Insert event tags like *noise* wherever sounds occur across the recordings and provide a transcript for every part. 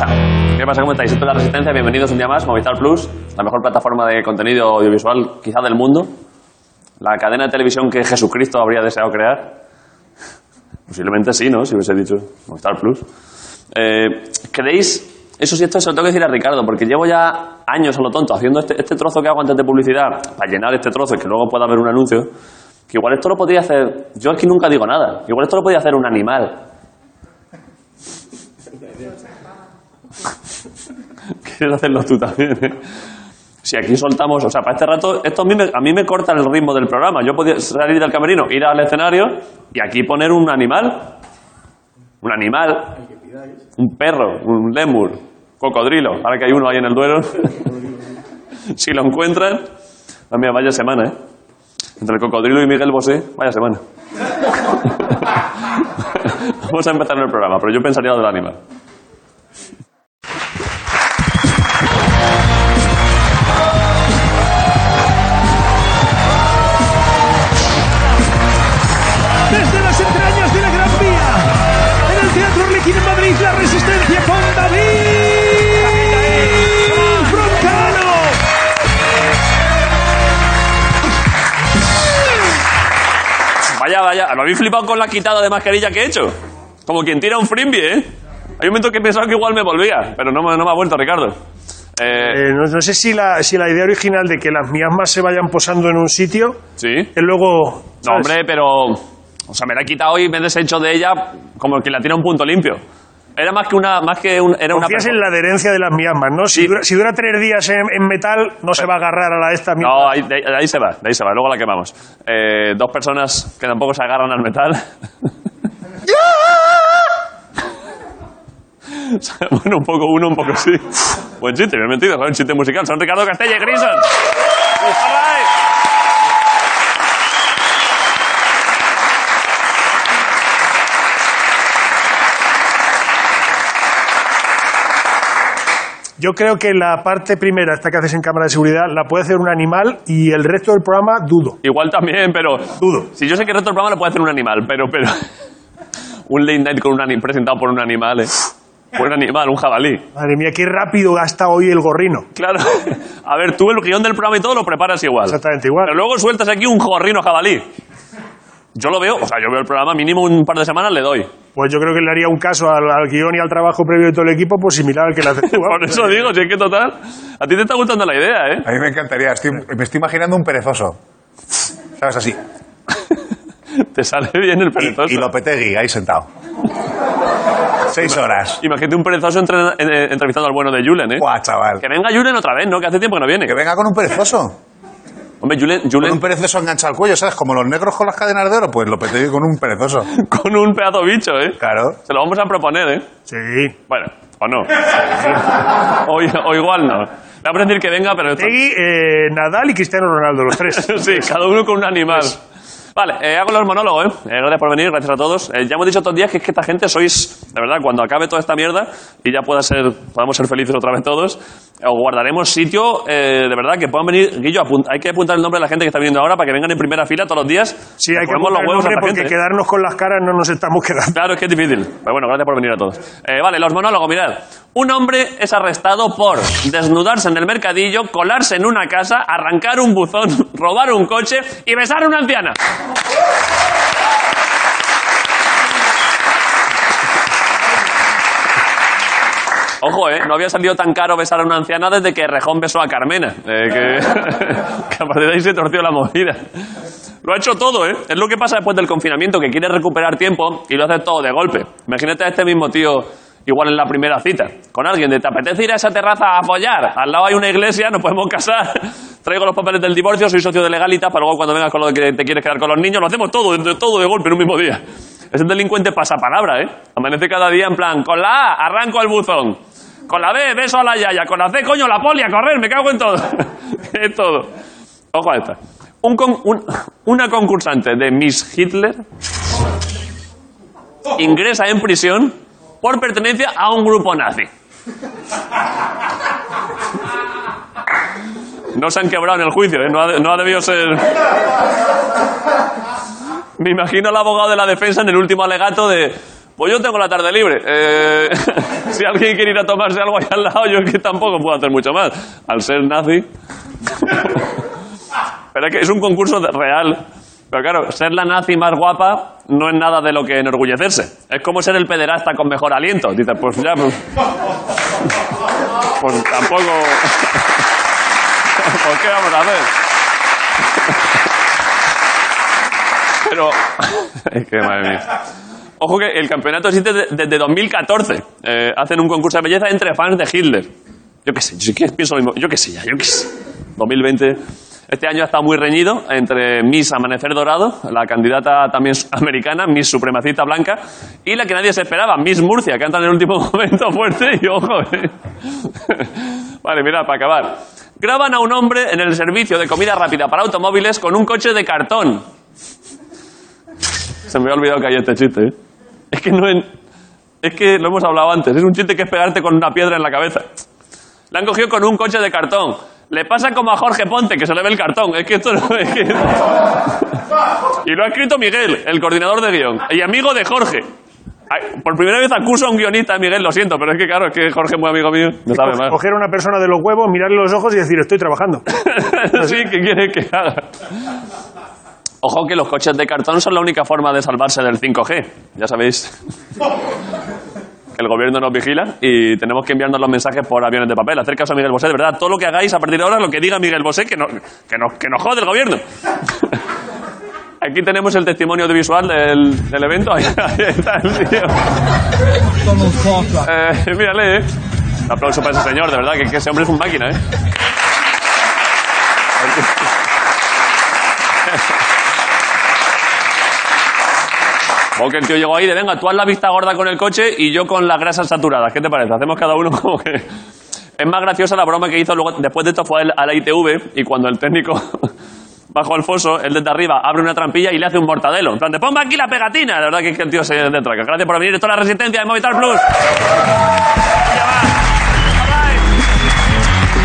¿Qué pasa? ¿Cómo estáis? Esto es La Resistencia. Bienvenidos un día más a Movistar Plus, la mejor plataforma de contenido audiovisual quizá del mundo. La cadena de televisión que Jesucristo habría deseado crear. Posiblemente sí, ¿no? Si hubiese dicho Movistar Plus. Eh, ¿Creéis? Eso sí, esto se lo tengo que decir a Ricardo, porque llevo ya años a lo tonto haciendo este, este trozo que hago antes de publicidad, para llenar este trozo y que luego pueda haber un anuncio, que igual esto lo podría hacer... Yo aquí nunca digo nada. Igual esto lo podría hacer un animal. *laughs* Quieres hacerlo tú también, ¿eh? Si aquí soltamos, o sea, para este rato, esto a mí, me, a mí me corta el ritmo del programa. Yo podía salir del camerino, ir al escenario y aquí poner un animal. Un animal. Un perro, un lemur, cocodrilo. Ahora que hay uno ahí en el duelo. *laughs* si lo encuentran, la mía, vaya semana, ¿eh? Entre el cocodrilo y Miguel Bosé, vaya semana. *laughs* Vamos a empezar el programa, pero yo pensaría lo del animal. Desde las entrañas de la Gran Vía, en el Teatro Arlequín en Madrid, la resistencia con David Broncano. Vaya, vaya, lo habéis flipado con la quitada de mascarilla que he hecho. Como quien tira un frisbee, ¿eh? Hay un momento que he pensado que igual me volvía, pero no me, no me ha vuelto, Ricardo. Eh, Eh, no, no sé si la, si la idea original de que las miasmas se vayan posando en un sitio, sí. que No, luego... ¿sabes? hombre, pero. O sea, me la he quitado y me he deshecho de ella como quien la tira a un punto limpio. Era más que una. Más que un- era una Confías persona. en la adherencia de las miasmas, ¿no? Si, Sí. dura, si dura tres días en, en metal, no se va a agarrar a la de esta mierda. No, ahí, de, ahí- de ahí se va, de ahí se va, luego la quemamos. Eh, dos personas que tampoco se agarran al metal. *laughs* O sea, bueno, un poco uno, un poco sí. Buen chiste, bien mentido, joder, un chiste musical. Son Ricardo Castella y Grison. Yo creo que la parte primera, esta que haces en cámara de seguridad, la puede hacer un animal y el resto del programa dudo. Igual también, pero. Dudo. Si yo sé que el resto del programa lo puede hacer un animal, pero. pero un late night con un ani- presentado por un animal. eh. Por un animal, un jabalí. Madre mía, qué rápido gasta hoy el gorrino. Claro. A ver, tú el guión del programa y todo lo preparas igual. Exactamente igual. Pero luego sueltas aquí un jorrino jabalí. Yo lo veo, o sea, yo veo el programa mínimo un par de semanas le doy. Pues yo creo que le haría un caso al, al guión y al trabajo previo de todo el equipo, pues similar al que *laughs* le haces tú. Por eso digo, si es que total. A ti te está gustando la idea, ¿eh? A mí me encantaría. estoy- me estoy imaginando un perezoso. ¿Sabes? Así. Te sale bien el perezoso. Y, y Lopetegui, ahí sentado. Seis horas. Imagínate un perezoso entre- eh, entrevistando al bueno de Julen, ¿eh? Guau, chaval. Que venga Julen otra vez, ¿no? Que hace tiempo que no viene. Que venga con un perezoso. Hombre, Julen, Con Julen un perezoso enganchado al cuello, ¿sabes? Como los negros con las cadenas de oro, pues Lopetegui con un perezoso. con un pedazo de bicho, ¿eh? Claro. Se lo vamos a proponer, ¿eh? Sí. Bueno, o *laughs* no. O, o igual no. Le vamos a decir que venga, pero... esto- Tegui, eh, Nadal y Cristiano Ronaldo, los tres. *laughs* Sí, cada uno con un animal. Vale, eh, hago los monólogos, ¿eh? Eh, Gracias por venir, gracias a todos. Eh, ya hemos dicho estos días que es que esta gente sois, de verdad, cuando acabe toda esta mierda y ya pueda ser, podamos ser felices otra vez todos, eh, os guardaremos sitio, eh, de verdad, que puedan venir. Guillo, apun- hay que apuntar el nombre de la gente que está viniendo ahora para que vengan en primera fila todos los días. Sí, hay que Ponemos los poner huevos a nombre esta porque gente, ¿eh? quedarnos con las caras no nos estamos quedando. *laughs* Claro, es que es difícil. Pero bueno, gracias por venir a todos. Eh, vale, los monólogos, mirad. Un hombre es arrestado por desnudarse en el mercadillo, colarse en una casa, arrancar un buzón, *laughs* robar un coche y besar a una anciana. Ojo, ¿eh? No había salido tan caro besar a una anciana desde que Rejón besó a Carmena. Eh, *laughs* que, que a partir de ahí se torció la movida. Lo ha hecho todo, ¿eh? Es lo que pasa después del confinamiento, que quiere recuperar tiempo y lo hace todo de golpe. Imagínate a este mismo tío igual en la primera cita. Con alguien de, ¿te apetece ir a esa terraza a follar? Al lado hay una iglesia, nos podemos casar. *laughs* Traigo los papeles del divorcio, soy socio de legalitas, para luego cuando vengas con lo de que te quieres quedar con los niños, lo hacemos todo, de- todo de golpe en un mismo día. Es el delincuente pasapalabra, ¿eh? Amanece cada día en plan, con la A, arranco al buzón. Con la B, beso a la yaya. Con la C, coño, la poli, a correr, me cago en todo. *laughs* en todo. Ojo a esta. Un con- un- una concursante de Miss Hitler ingresa en prisión por pertenencia a un grupo nazi. No se han quebrado en el juicio, ¿eh? no, ha, no ha debido ser... Me imagino al abogado de la defensa en el último alegato de... Pues yo tengo la tarde libre. Eh, *laughs* si alguien quiere ir a tomarse algo ahí al lado, yo es que tampoco puedo hacer mucho más. Al ser nazi. *laughs* Pero es que es un concurso de- real. Pero claro, ser la nazi más guapa no es nada de lo que enorgullecerse. Es como ser el pederasta con mejor aliento. Dices, pues ya, pues, pues tampoco... *laughs* pues qué vamos a hacer. Pero... *laughs* es que madre mía. Ojo que el campeonato existe de- desde 2014. Eh, hacen un concurso de belleza entre fans de Hitler. Yo qué sé, yo sí que pienso lo mismo. Yo qué sé, ya, yo qué sé. 2020. Este año ha estado muy reñido entre Miss Amanecer Dorado, la candidata también *laughs* es americana, Miss Supremacista Blanca, y la que nadie se esperaba, Miss Murcia, que entra en el último *laughs* momento fuerte y ojo. eh. *laughs* Vale, mira, para acabar. Graban a un hombre en el servicio de comida rápida para automóviles con un coche de cartón. Se me había olvidado que hay este chiste. ¿eh? Es que no en- es que lo hemos hablado antes. Es un chiste que es pegarte con una piedra en la cabeza. La han cogido con un coche de cartón. Le pasa como a Jorge Ponte, que se le ve el cartón. Es que esto no es que- Y lo ha escrito Miguel, el coordinador de guión, y amigo de Jorge. Ay, Por primera vez acuso a un guionista, Miguel, lo siento, pero es que claro, es que Jorge es muy amigo mío. No sabe más. Coger a una persona de los huevos, mirarle los ojos y decir, estoy trabajando. *laughs* sí, ¿qué quiere que haga? Ojo que los coches de cartón son la única forma de salvarse del 5G. Ya sabéis. El gobierno nos vigila y tenemos que enviarnos los mensajes por aviones de papel. Hacer caso a Miguel Bosé, de verdad. Todo lo que hagáis a partir de ahora, lo que diga Miguel Bosé, que, no- que, nos- que nos jode el gobierno. *laughs* Aquí tenemos el testimonio audiovisual del, del evento. *laughs* Ahí, ahí está el tío. Eh, mírale, eh. Un aplauso para ese señor, de verdad, que, que ese hombre es un máquina, eh. O que el tío llegó ahí de, venga, tú haz la vista gorda con el coche y yo con las grasas saturadas. ¿Qué te parece? Hacemos cada uno *laughs* como que... Es más graciosa la broma que hizo luego, después de esto fue al- a la ITV y cuando el técnico *laughs* bajó al foso, él desde arriba abre una trampilla y le hace un mortadelo. En plan, de, ponga aquí la pegatina. La verdad que es que el tío se detraca. Gracias por venir. Esto es la resistencia de Movistar Plus. Ya va. Bye, bye.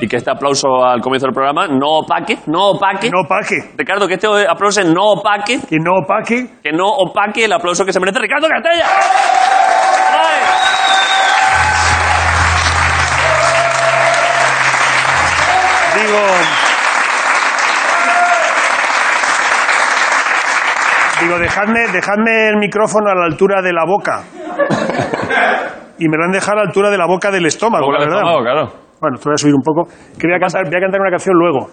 Y que este aplauso al comienzo del programa no opaque, no opaque. No paque. Ricardo, que este aplauso no opaque Que no paque. que no opaque el aplauso que se merece Ricardo Castella. ¡Ay! Digo. Digo, dejadme, dejadme el micrófono a la altura de la boca. Y me lo han dejado a la altura de la boca del estómago, Boca la de verdad. estómago, claro. Bueno, te voy a subir un poco. Que voy a cantar, voy a cantar una canción luego.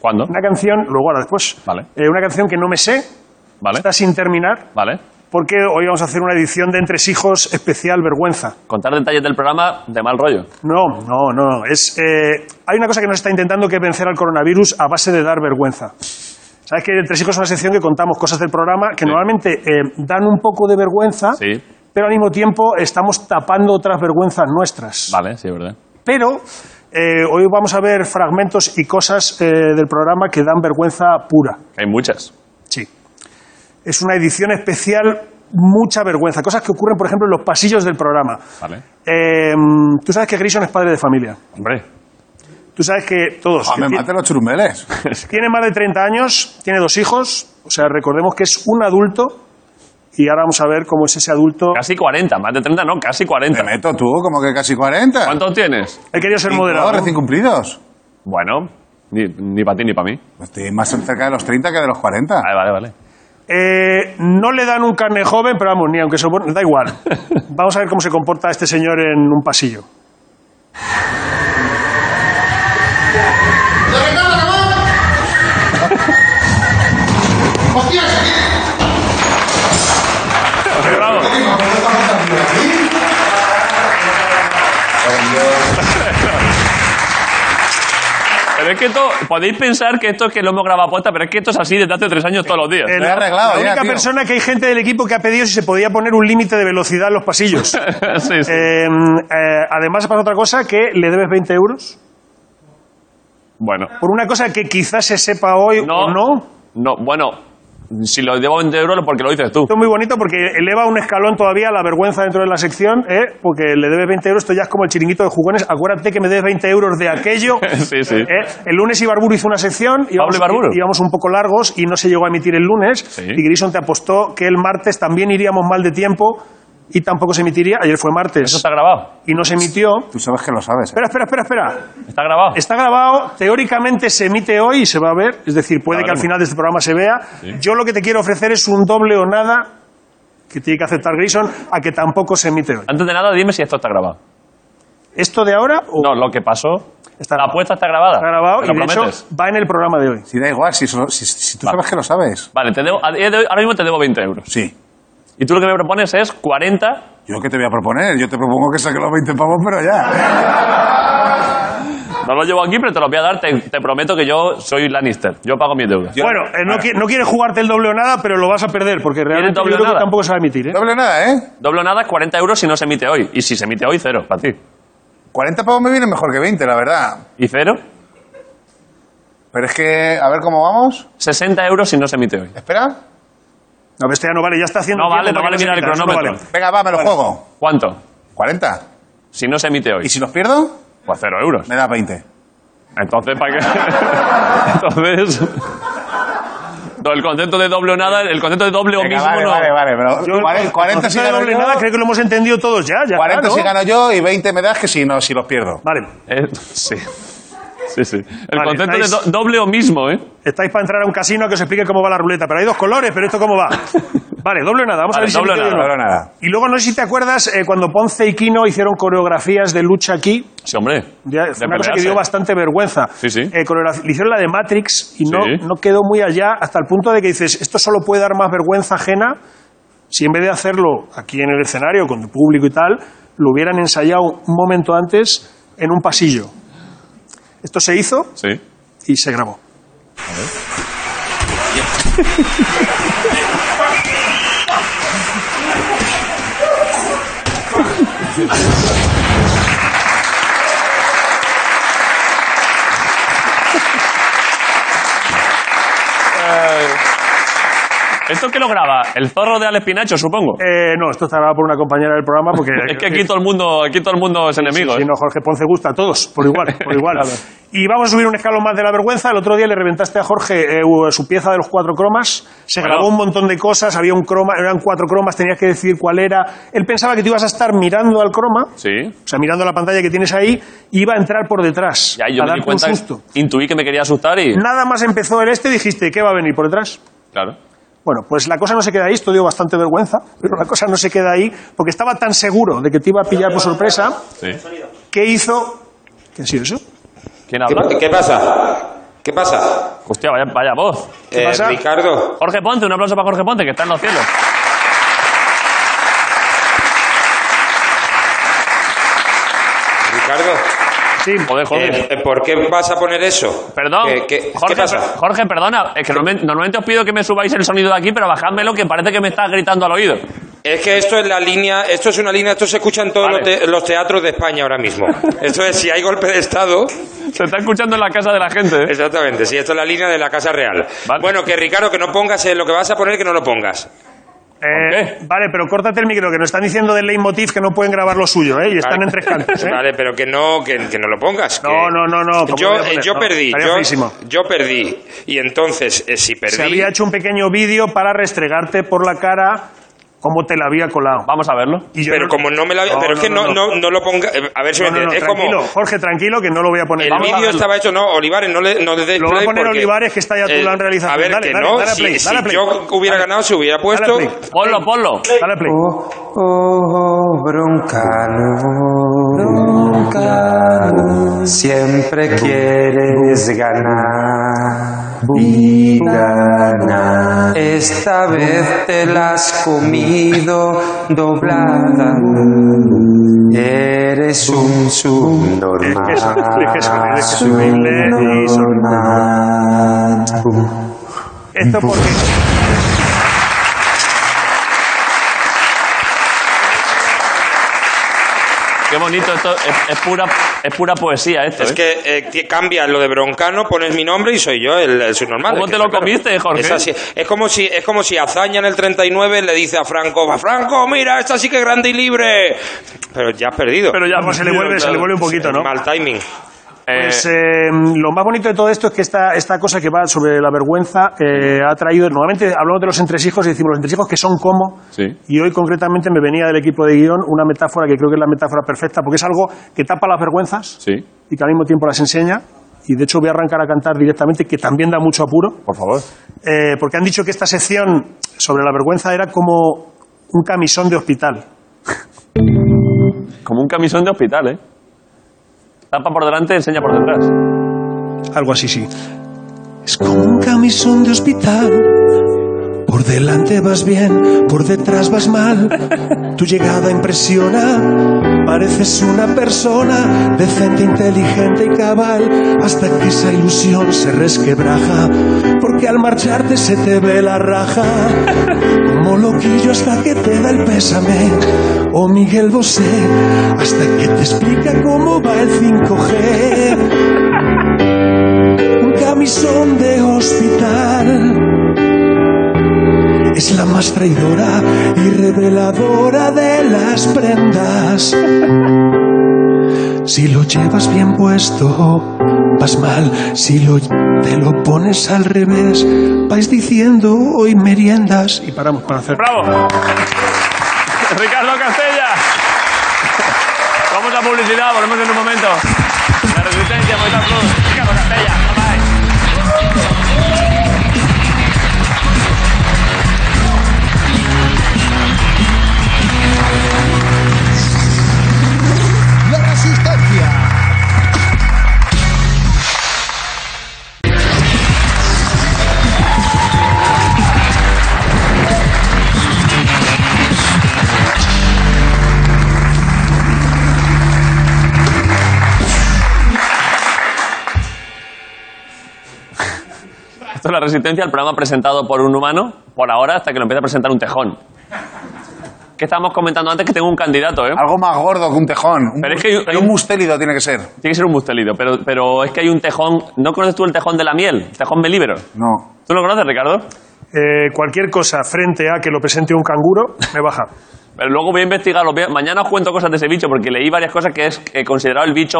¿Cuándo? Una canción, luego ahora después. Vale. Eh, una canción que no me sé, ¿Vale? está sin terminar, ¿Vale? porque hoy vamos a hacer una edición de Entresijos especial vergüenza. Contar detalles del programa de mal rollo. No, no, no. Es, eh, hay una cosa que nos está intentando que es vencer al coronavirus a base de dar vergüenza. Sabes que Tres Hijos es una sección que contamos cosas del programa que normalmente eh, dan un poco de vergüenza, Sí. pero al mismo tiempo estamos tapando otras vergüenzas nuestras. Vale, sí, es verdad. Pero eh, hoy vamos a ver fragmentos y cosas eh, del programa que dan vergüenza pura. Que hay muchas. Sí. Es una edición especial, mucha vergüenza. Cosas que ocurren, por ejemplo, en los pasillos del programa. Vale. Eh, Tú sabes que Grison es padre de familia. Hombre. Tú sabes que todos. Ah, que me ti- maten los churumeles. tiene más de 30 años, tiene dos hijos. O sea, recordemos que es un adulto. Y ahora vamos a ver cómo es ese adulto. Casi 40. Más de 30, no, casi Te 40. meto tú, como que casi 40. ¿Cuántos tienes? He querido ser Cinco, moderado. recién cumplidos. Bueno, ni, ni para ti ni para mí. Estoy más cerca de los 30 que de los 40. Vale, vale, vale. Eh, no le dan un carne joven, pero vamos, ni aunque se opone- da *laughs* igual. Vamos a ver cómo se comporta este señor en un pasillo. ¡Ya Ricardo, acabó! ¡Hostias! *laughs* Bravo. Pero es que esto, podéis pensar que esto es que lo hemos grabado a posta, pero es que esto es así desde hace tres años todos los días. El- he arreglado la ya, única tío. persona que hay gente del equipo que ha pedido si se podía poner un límite de velocidad en los *laughs* *laughs* pasillos. sí, sí. Eh, eh, además, pasa otra cosa que le debes 20 euros Bueno. por una cosa que quizás se sepa hoy No. o no. No, bueno, Si lo debo 20 euros porque lo dices tú. Esto es muy bonito porque eleva un escalón todavía la vergüenza dentro de la sección, ¿eh? porque le debes 20 euros, esto ya es como el chiringuito de jugones. Acuérdate que me debes 20 euros de aquello. *laughs* Sí, sí. ¿eh? El lunes Ibarburu hizo una sección, íbamos, Ibarburu. íbamos un poco largos y no se llegó a emitir el lunes. Y Grison te apostó que el martes también iríamos mal de tiempo y tampoco se emitiría. Ayer fue martes Eso está grabado. y no se emitió. Tú sabes que lo sabes. ¿eh? Espera, espera, espera, espera. Está grabado. Está grabado, teóricamente se emite hoy y se va a ver, es decir, puede La que al veremos. final de este programa se vea. Yo lo que te quiero ofrecer es un doble o nada que tiene que aceptar Grayson a que tampoco se emite hoy. Antes de nada, dime si esto está grabado. ¿Esto de ahora o No, lo que pasó. Está la grabado. apuesta está grabada. está grabado ¿Me y lo de hecho prometes? va en el programa de hoy? Si da igual, si, eso- si- si tú Vale. sabes que lo sabes. Vale, te debo, a día de hoy- ahora mismo te debo 20 euros. Sí. Y tú lo que me propones es 40. ¿Yo qué te voy a proponer? Yo te propongo que saques los 20 pavos, pero ya. No lo llevo aquí, pero te lo voy a dar. Te, te prometo que yo soy Lannister. Yo pago mis deudas. Yo- bueno, eh, no, qui- no quieres jugarte el doble o nada, pero lo vas a perder porque realmente doble yo o creo que nada? tampoco se va a emitir. ¿eh? Doble nada, ¿eh? Doblo nada, 40 euros si no se emite hoy. Y si se emite hoy, cero, para ti. 40 pavos me viene mejor que 20, la verdad. ¿Y cero? Pero es que, a ver cómo vamos. 60 euros si no se emite hoy. Espera. No, pero esto ya no vale, ya está haciendo. No tiempo vale, no para que vale se mirar el emita, eso no cronómetro. Venga, va, me lo juego. ¿Cuánto? 40. Si no se emite hoy. ¿Y si los pierdo? Pues cero euros. Me da 20. Entonces, ¿para *laughs* qué? Entonces. *laughs* No, el concepto de doble o nada, el concepto de doble o Venga, mismo vale, no. vale, vale, pero Yo- 40, 40 si no de gano doble yo, o nada, creo que lo hemos entendido todos ya. ya 40 está, si ¿no? gano yo y 20 me das que si no, si los pierdo. Vale, Eh, sí. Sí, sí. El Vale, concepto estáis- de do- doble o mismo, ¿eh? Estáis para entrar a un casino a que os explique cómo va la ruleta, pero hay dos colores, pero esto *laughs* cómo va. Vale, doble o nada, vamos Vale, a ver si doble o se entiende nada, o no. doble o nada. Y luego no sé si te acuerdas eh, cuando Ponce y Quino hicieron coreografías de lucha aquí, Sí, hombre. ya, De fue una cosa que pelearse. dio bastante vergüenza. Sí, sí. Eh, coreograf- le hicieron la de Matrix y no, Sí. no quedó muy allá hasta el punto de que dices, esto solo puede dar más vergüenza ajena si en vez de hacerlo aquí en el escenario con el público y tal, lo hubieran ensayado un momento antes en un pasillo. Esto se hizo Sí. y se grabó. ¿Esto qué lo graba? El zorro de Alex Pinacho, supongo. Eh, no, esto está grabado por una compañera del programa porque... *laughs* es que aquí todo el mundo, aquí todo el mundo es enemigo. Si ¿eh? no, Jorge Ponce gusta a todos, por igual, *laughs* por igual. Claro. Y vamos a subir un escalón más de la vergüenza. El otro día le reventaste a Jorge eh, su pieza de los cuatro cromas. Se Bueno. grabó un montón de cosas, había un croma, eran cuatro cromas, tenías que decidir cuál era. Él pensaba que tú ibas a estar mirando al croma, Sí. o sea, mirando la pantalla que tienes ahí, y iba a entrar por detrás Ya, yo a me di darte un cuenta, susto. intuí que me quería asustar y... Nada más empezó el este, dijiste, ¿qué va a venir por detrás? Claro. Bueno, pues la cosa no se queda ahí, esto dio bastante vergüenza, pero la cosa no se queda ahí porque estaba tan seguro de que te iba a pillar por sorpresa Sí. ¿Qué hizo? ¿Qué ha sido eso? ¿Quién habla? ¿Qué, qué pasa? ¿Qué pasa? Hostia, vaya, vaya voz. Eh, pasa? Ricardo, Jorge Ponte, un aplauso para Jorge Ponte, que está en los cielos. Ricardo, Sí, Joder, Jorge. eh, eh, ¿por qué vas a poner eso? Perdón, ¿Qué, qué- Jorge, qué pasa? per- Jorge, perdona, es que normalmente, normalmente os pido que me subáis el sonido de aquí, pero bajádmelo que parece que me estás gritando al oído. Es que esto es la línea, esto es una línea, esto se escucha en todos Vale. los, te- los teatros de España *laughs* ahora mismo. Esto es, si hay golpe de Estado, Se está escuchando en la casa de la gente. ¿eh? exactamente, si esto es la línea de la Casa Real. Vale. Bueno, que Ricardo, que no pongas eh, lo que vas a poner, que no lo pongas. eh, qué? vale, pero córtate el micro, que nos están diciendo del leitmotiv que no pueden grabar lo suyo, ¿eh? Y están Vale. en tres cantos, ¿eh? Vale, pero que no, que, que no lo pongas. No, que- no, no, no, ¿cómo lo Yo, voy a eh, poner? yo No, perdí, estaría feísimo. yo, yo perdí. Y entonces, eh, si perdí... Se había hecho un pequeño vídeo para restregarte por la cara cómo te la había colado. Vamos a verlo. Y yo Pero no- como no me la... pero es que no, no, no lo ponga... eh, A ver si No, me no, no, entiendes. es tranquilo, como... Jorge, tranquilo, que no lo voy a poner. El Vamos a vídeo verlo. estaba hecho... No, Olivares, no le, no le des Lo va a play poner porque- Olivares, que está ya tú Eh, la realización. A ver, Dale, que dale, no. dale a si, play, si dale a play. yo hubiera Dale. ganado, si hubiera Dale puesto... play. Ponlo, ponlo. Dale play. Oh, bronca no, bronca no, siempre quieres ganar y ganar. Esta vez te la has comido doblada. Eres un subnormal. *laughs* Es que es- es que es horrible y subnormal. Esto porque... Qué bonito esto. Es, es pura, es pura poesía esto. Es ¿eh? que eh, ti- cambia lo de broncano, pones mi nombre y soy yo el, el subnormal. ¿Cómo Es te que lo está claro. comiste, Jorge? Es, así. es como si es como si Azaña en el 39 le dice a Franco, "Va, Franco, mira, esta sí que es grande y libre. Pero ya has perdido. Pero ya pues, se le vuelve, se le vuelve un poquito, ¿no? Mal timing. Eh, Pues, eh, lo más bonito de todo esto es que esta, esta cosa que va sobre la vergüenza eh, ha traído, normalmente hablamos de los entresijos y decimos los entresijos que son como, Sí. y hoy concretamente me venía del equipo de guión una metáfora que creo que es la metáfora perfecta, porque es algo que tapa las vergüenzas Sí. y que al mismo tiempo las enseña, y de hecho voy a arrancar a cantar directamente, que también da mucho apuro. Por favor. Eh, porque han dicho que esta sección sobre la vergüenza era como un camisón de hospital. Como un camisón de hospital, ¿eh? Tapa por delante, enseña por detrás. Algo así, sí. Es como un camisón de hospital. Por delante vas bien, por detrás vas mal. Tu llegada impresiona. Pareces una persona decente, inteligente y cabal. Hasta que esa ilusión se resquebraja. Porque al marcharte se te ve la raja. Como loquillo hasta que te da el pésame. O Miguel Bosé. Hasta que te explica cómo va el 5G un camisón de hospital. Es la más traidora y reveladora de las prendas. Si lo llevas bien puesto, vas mal. Si lo, te lo pones al revés, vais diciendo hoy meriendas. Y paramos para hacer. ¡Bravo! *laughs* Ricardo Castella. Vamos a publicidad, volvemos en un momento. La resistencia, Movistar Plus. Ricardo Castella, bye bye. La resistencia. Esto es La Resistencia, el programa presentado por un humano, por ahora, hasta que lo empiece a presentar un tejón. Que estábamos comentando antes que tengo un candidato, ¿eh? Algo más gordo que un tejón. Un, Pero es que hay- hay un un- mustélido tiene que ser. Tiene que ser un mustelido, pero, pero es que hay un tejón... ¿No conoces tú el tejón de la miel? El tejón melíbero. No. ¿Tú lo conoces, Ricardo? Eh, cualquier cosa frente a que lo presente un canguro, me baja. Pero luego voy a investigarlo. voy a- Mañana os cuento cosas de ese bicho, porque leí varias cosas que es eh, considerado el bicho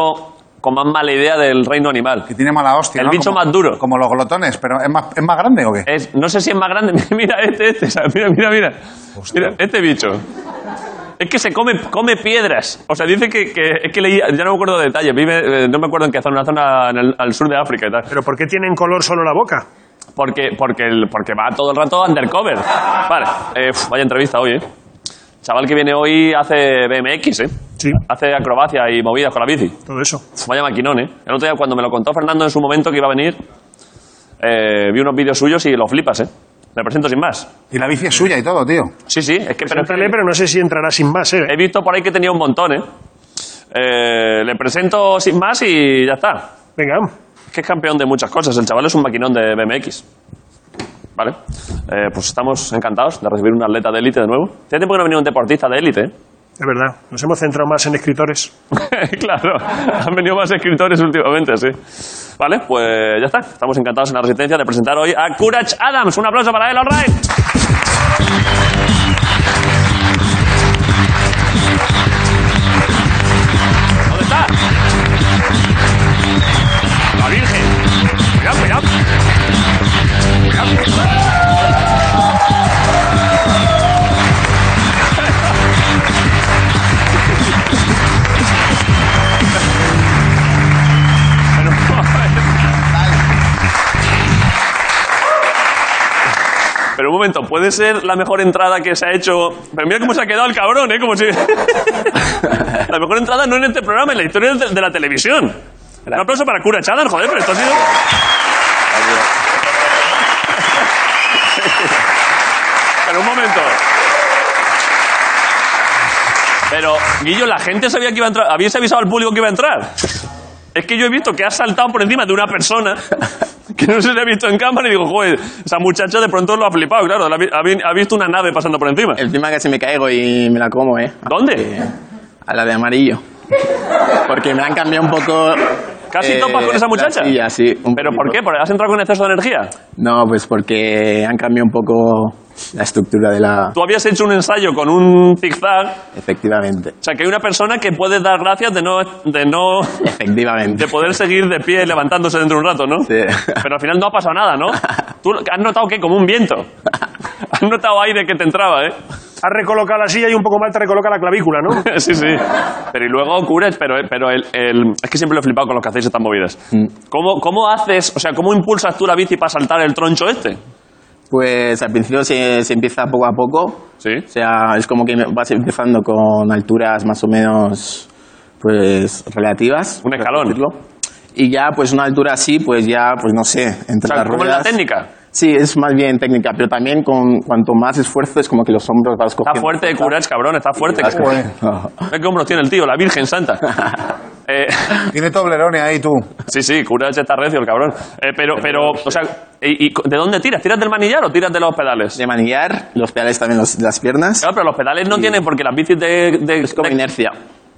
con más mala idea del reino animal. Que tiene mala hostia. El ¿no? bicho Como- más duro. Como los glotones, pero ¿es más, ¿es más grande o qué? Es- no sé si es más grande. *laughs* Mira este, este. o sea, Mira, mira, mira. Mira, este bicho. Es que se come, come piedras. O sea, dice que, que- es que leí, ya no me acuerdo de detalles. Vive, eh, no me acuerdo en qué zona, una zona en el- al sur de África y tal. Pero ¿por qué tienen color solo la boca? Porque, porque, el- porque va todo el rato undercover. Vale, eh, uf, vaya entrevista hoy, ¿eh? Chaval que viene hoy hace BMX, ¿eh? Sí. Hace acrobacia y movidas con la bici. Todo eso. Uf, Vaya maquinón, ¿eh? El otro día cuando me lo contó Fernando en su momento que iba a venir, eh, vi unos vídeos suyos y lo flipas, ¿eh? Le presento sin más. Y la bici es suya y todo, tío. Sí, sí, es que pero es que Preséntale, pero no sé si entrará sin más, ¿eh? he visto por ahí que tenía un montón, ¿eh? Eh, Le presento sin más y ya está. Venga. Es que es campeón de muchas cosas. El chaval es un maquinón de BMX. Vale. Eh, pues estamos encantados de recibir un atleta de élite de nuevo. Tiene tiempo que no ha venido un deportista de élite, ¿eh? *laughs* Es verdad, nos hemos centrado más en escritores. claro, han venido más escritores últimamente, sí. Vale, pues ya está. Estamos encantados en la Resistencia de presentar hoy a Courage Adams. Un aplauso para él, all right. ¿Dónde está? La Virgen. Cuidado, cuidado. Pero un momento, puede ser la mejor entrada que se ha hecho. Pero mira cómo se ha quedado el cabrón, ¿eh? Como si. *laughs* la mejor entrada no en este programa, en la historia de de la televisión. Un aplauso para Cura Chadan, joder, pero esto ha sido. pero un momento. Pero, Guillo, la gente sabía que iba a entrar. ¿Habíais avisado al público que iba a entrar? Es que yo he visto que ha saltado por encima de una persona *laughs* que no se le ha visto en cámara y digo, joder, esa muchacha de pronto lo ha flipado, claro, la vi- ha, vi- ha visto una nave pasando por encima. El tema que si me caigo y me la como, ¿eh? ¿Dónde? Eh, A la de amarillo. Porque me han cambiado un poco. eh, ¿Casi topas con esa muchacha? Sí, así. ¿Pero por qué? ¿Por- ¿Has entrado con exceso de energía? No, pues porque han cambiado un poco la estructura de la. Tú habías hecho un ensayo con un zigzag. Efectivamente. O sea, que hay una persona que puede dar gracias de no, de no Efectivamente. de poder seguir de pie levantándose dentro de un rato, ¿no? Sí. Pero al final no ha pasado nada, *laughs* ¿no? Tú has notado que como un viento. Has notado aire que te entraba, ¿eh? Has recolocado la silla y un poco mal te recoloca la clavícula, ¿no? *laughs* Sí, sí. Pero y luego cures, pero, pero el, el- es que siempre lo he flipado con lo que hacéis estas movidas. Mm. ¿Cómo, ¿Cómo haces, o sea, cómo impulsas tú la bici para saltar el troncho este? Pues al principio se, se empieza poco a poco. Sí. O sea, es como que vas empezando con alturas más o menos pues relativas. Un por así escalón. decirlo. Y ya pues una altura así, pues ya, pues no sé, O entre sea, las ¿cómo es ruedas. la técnica? Sí, es más bien técnica, pero también con cuanto más esfuerzo es como que los hombros vas cogiendo. Está fuerte, Curach, cabrón, está fuerte. Vas cabrón. cogiendo- Ve qué hombros tiene el tío, la Virgen *laughs* Santa. Eh, Tiene toblerones ahí tú. sí, sí, Curach está recio, el cabrón. Eh, pero, pero, o sea, ¿y, y de dónde tiras? ¿Tiras del manillar o tiras de los pedales? De manillar, los pedales también los- las piernas. Claro, pero los pedales no tienen, porque las bicis de... de- Es como de- inercia.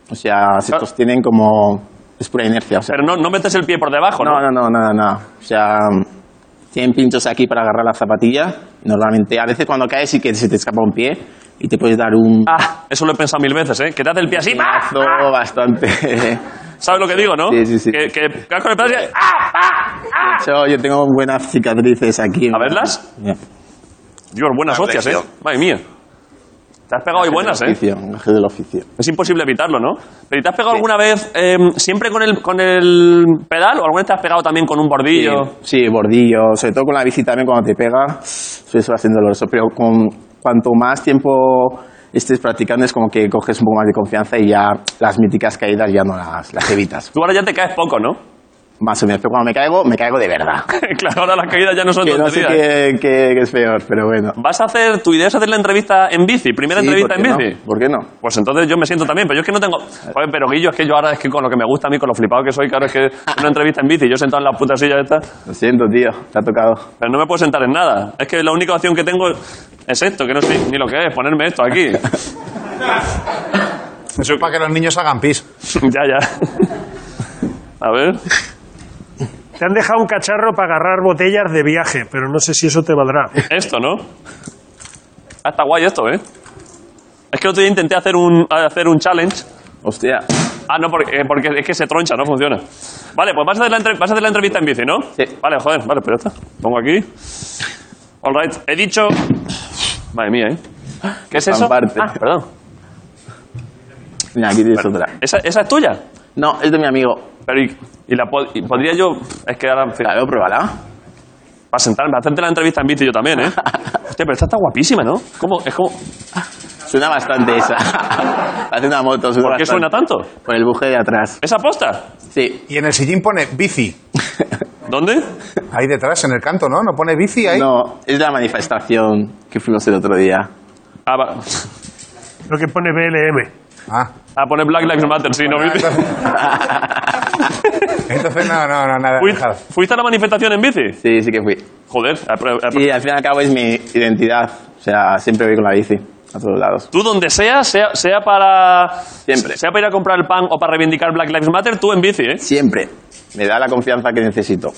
O sea, se Claro. sostienen como... Es pura inercia. O sea, pero no, no metes el pie por debajo, ¿no? No, no, no, nada, nada. O sea, tienen pinchos aquí para agarrar la zapatilla. Normalmente, a veces cuando caes sí que se te escapa un pie y te puedes dar un Ah, eso lo he pensado mil veces, ¿eh? Que te hace el pie así. ¡ah! pinazo bastante. De ¿Sabes lo que digo, no? Sí, sí, sí. Que, que vas con el pedal y- ¡ah! *laughs* hecho, yo tengo buenas cicatrices aquí. ¿A verlas? Mira, Dios, buenas Has hostias, ¿eh? recio. Madre mía. Te has pegado hoy buenas, del ¿eh? oficio, gajes del oficio. Es imposible evitarlo, ¿no? Pero ¿y ¿te has pegado Sí. alguna vez eh, siempre con el, con el pedal o alguna vez te has pegado también con un Sí, bordillo? sí, bordillo. Sobre todo con la bici también cuando te pega, eso es bastante doloroso. Pero con cuanto más tiempo estés practicando es como que coges un poco más de confianza y ya las míticas caídas ya no las, las evitas. Tú ahora ya te caes poco, ¿no? *laughs* Más o menos. Pero cuando me caigo, me caigo de verdad. claro, ahora las caídas ya no son Que no sé tonterías. qué, qué- qué es peor, pero bueno. ¿Vas a hacer, tu idea es hacer la entrevista en bici? ¿Primera Sí, entrevista ¿por en qué bici? no? ¿Por qué no? Pues entonces yo me siento también, pero yo es que no tengo... Joder, pero Guillo, es que yo ahora es que con lo que me gusta a mí, con lo flipado que soy, claro, es que una entrevista en bici, yo sentado en la puta silla esta, Lo siento, tío. Te ha tocado. pero no me puedo sentar en nada. Es que la única opción que tengo es esto, que no sé ni lo que es, ponerme esto aquí. *laughs* Eso es para que los niños hagan pis. *laughs* ya, ya. A ver. Te han dejado un cacharro para agarrar botellas de viaje, pero no sé si eso te valdrá. Esto, ¿no? Ah, está guay esto, ¿eh? Es que el otro día intenté hacer un, hacer un challenge. Hostia. Ah, no, porque, eh, porque es que se troncha, no funciona. Vale, pues vas a hacer la, entre- vas a hacer la entrevista en bici, ¿no? Sí. Vale, joder, vale, pero ya está. Pongo aquí. All right, he dicho... Madre mía, ¿eh? ¿Qué es eso? Aparte. Ah, perdón. Mira, aquí tienes otra. ¿Esa, esa es tuya? No, es de mi amigo. Pero, ¿y, y la pod- y podría yo...? Es que ahora... en fin, Claro, pruébala. Para sentarme, para hacerte la entrevista en bici yo también, *laughs* ¿eh? Hostia, pero esta está guapísima, ¿no? ¿Cómo, es como... Suena bastante esa. *laughs* Hace una moto. Suena ¿Por qué bastante. suena tanto? Por el buje de atrás. ¿Esa posta? Sí. Y en el sillín pone bici. ¿Dónde? Ahí detrás, en el canto, ¿no? ¿No pone bici ahí? No, es la manifestación que fuimos el otro día. Ah, va. Lo que pone BLM. Ah. Ah, pone Black Lives Matter, sí, no Ah, bici. entonces, *laughs* entonces no, no, no, *laughs* nada. Fuiste, dejad. fuiste a la manifestación en bici? Sí, sí que fui. Joder. a- a- a- Y al fin y al cabo es mi identidad. O sea, siempre voy con la bici. A todos lados. Tú donde sea, sea, sea para... Siempre. Sea para ir a comprar el pan o para reivindicar Black Lives Matter, tú en bici, ¿eh? Siempre. Me da la confianza que necesito.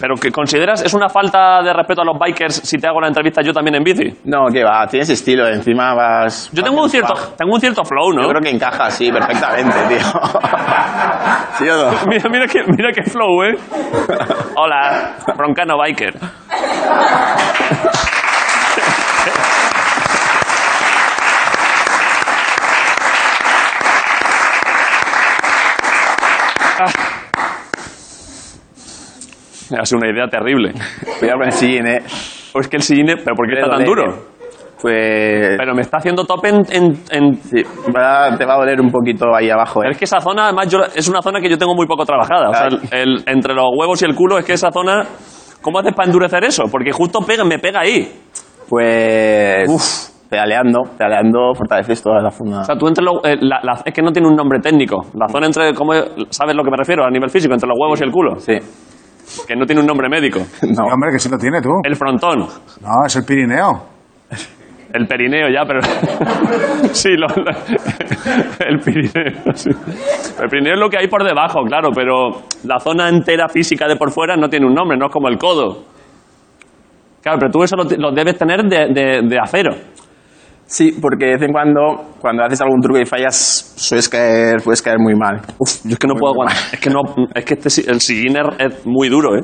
Pero que consideras, ¿es una falta de respeto a los bikers si te hago la entrevista yo también en bici? No, que va, tienes estilo, encima vas... Yo vas tengo un cierto, enchufado. tengo un cierto flow, ¿no? Yo creo que encaja así perfectamente, *laughs* tío. ¿Sí o no? *laughs* Mira, mira qué, mira qué flow, ¿eh? Hola, broncano biker. *laughs* Ah. Ha sido una idea terrible. Cuidado con el sillín, eh. Pues que el sillín... de- ¿Pero por qué está tan duro? Pues... Pero me está haciendo tope en... en- en- Sí, va- te va a doler un poquito ahí abajo, Pero eh. es que esa zona, además, yo la- es una zona que yo tengo muy poco trabajada. O sea, el- el- entre los huevos y el culo es que esa zona... ¿Cómo haces para endurecer eso? Porque justo pega, me pega ahí. Pues... Pedaleando, pedaleando, fortaleces toda la zona. O sea, tú entre los... eh, la- la- es que no tiene un nombre técnico. La zona entre... ¿cómo, ¿Sabes lo que me refiero? A nivel físico, entre los huevos y el culo. Sí. Que no tiene un nombre médico. *laughs* No. Hombre, que sí lo tiene tú. El frontón. No, es el Pirineo. El perineo ya, pero. *laughs* sí, lo- lo- el perineo. sí. El perineo es lo que hay por debajo, claro, pero la zona entera física de por fuera no tiene un nombre, no es como el codo. Claro, pero tú eso lo, te- lo debes tener de, de- de acero. Sí, porque de vez en cuando, cuando haces algún truco y fallas, sueles caer, puedes caer muy mal. Uf, Yo es que no muy puedo mal. aguantar. Es que, no, es que este, si- el sillín es- es muy duro, ¿eh?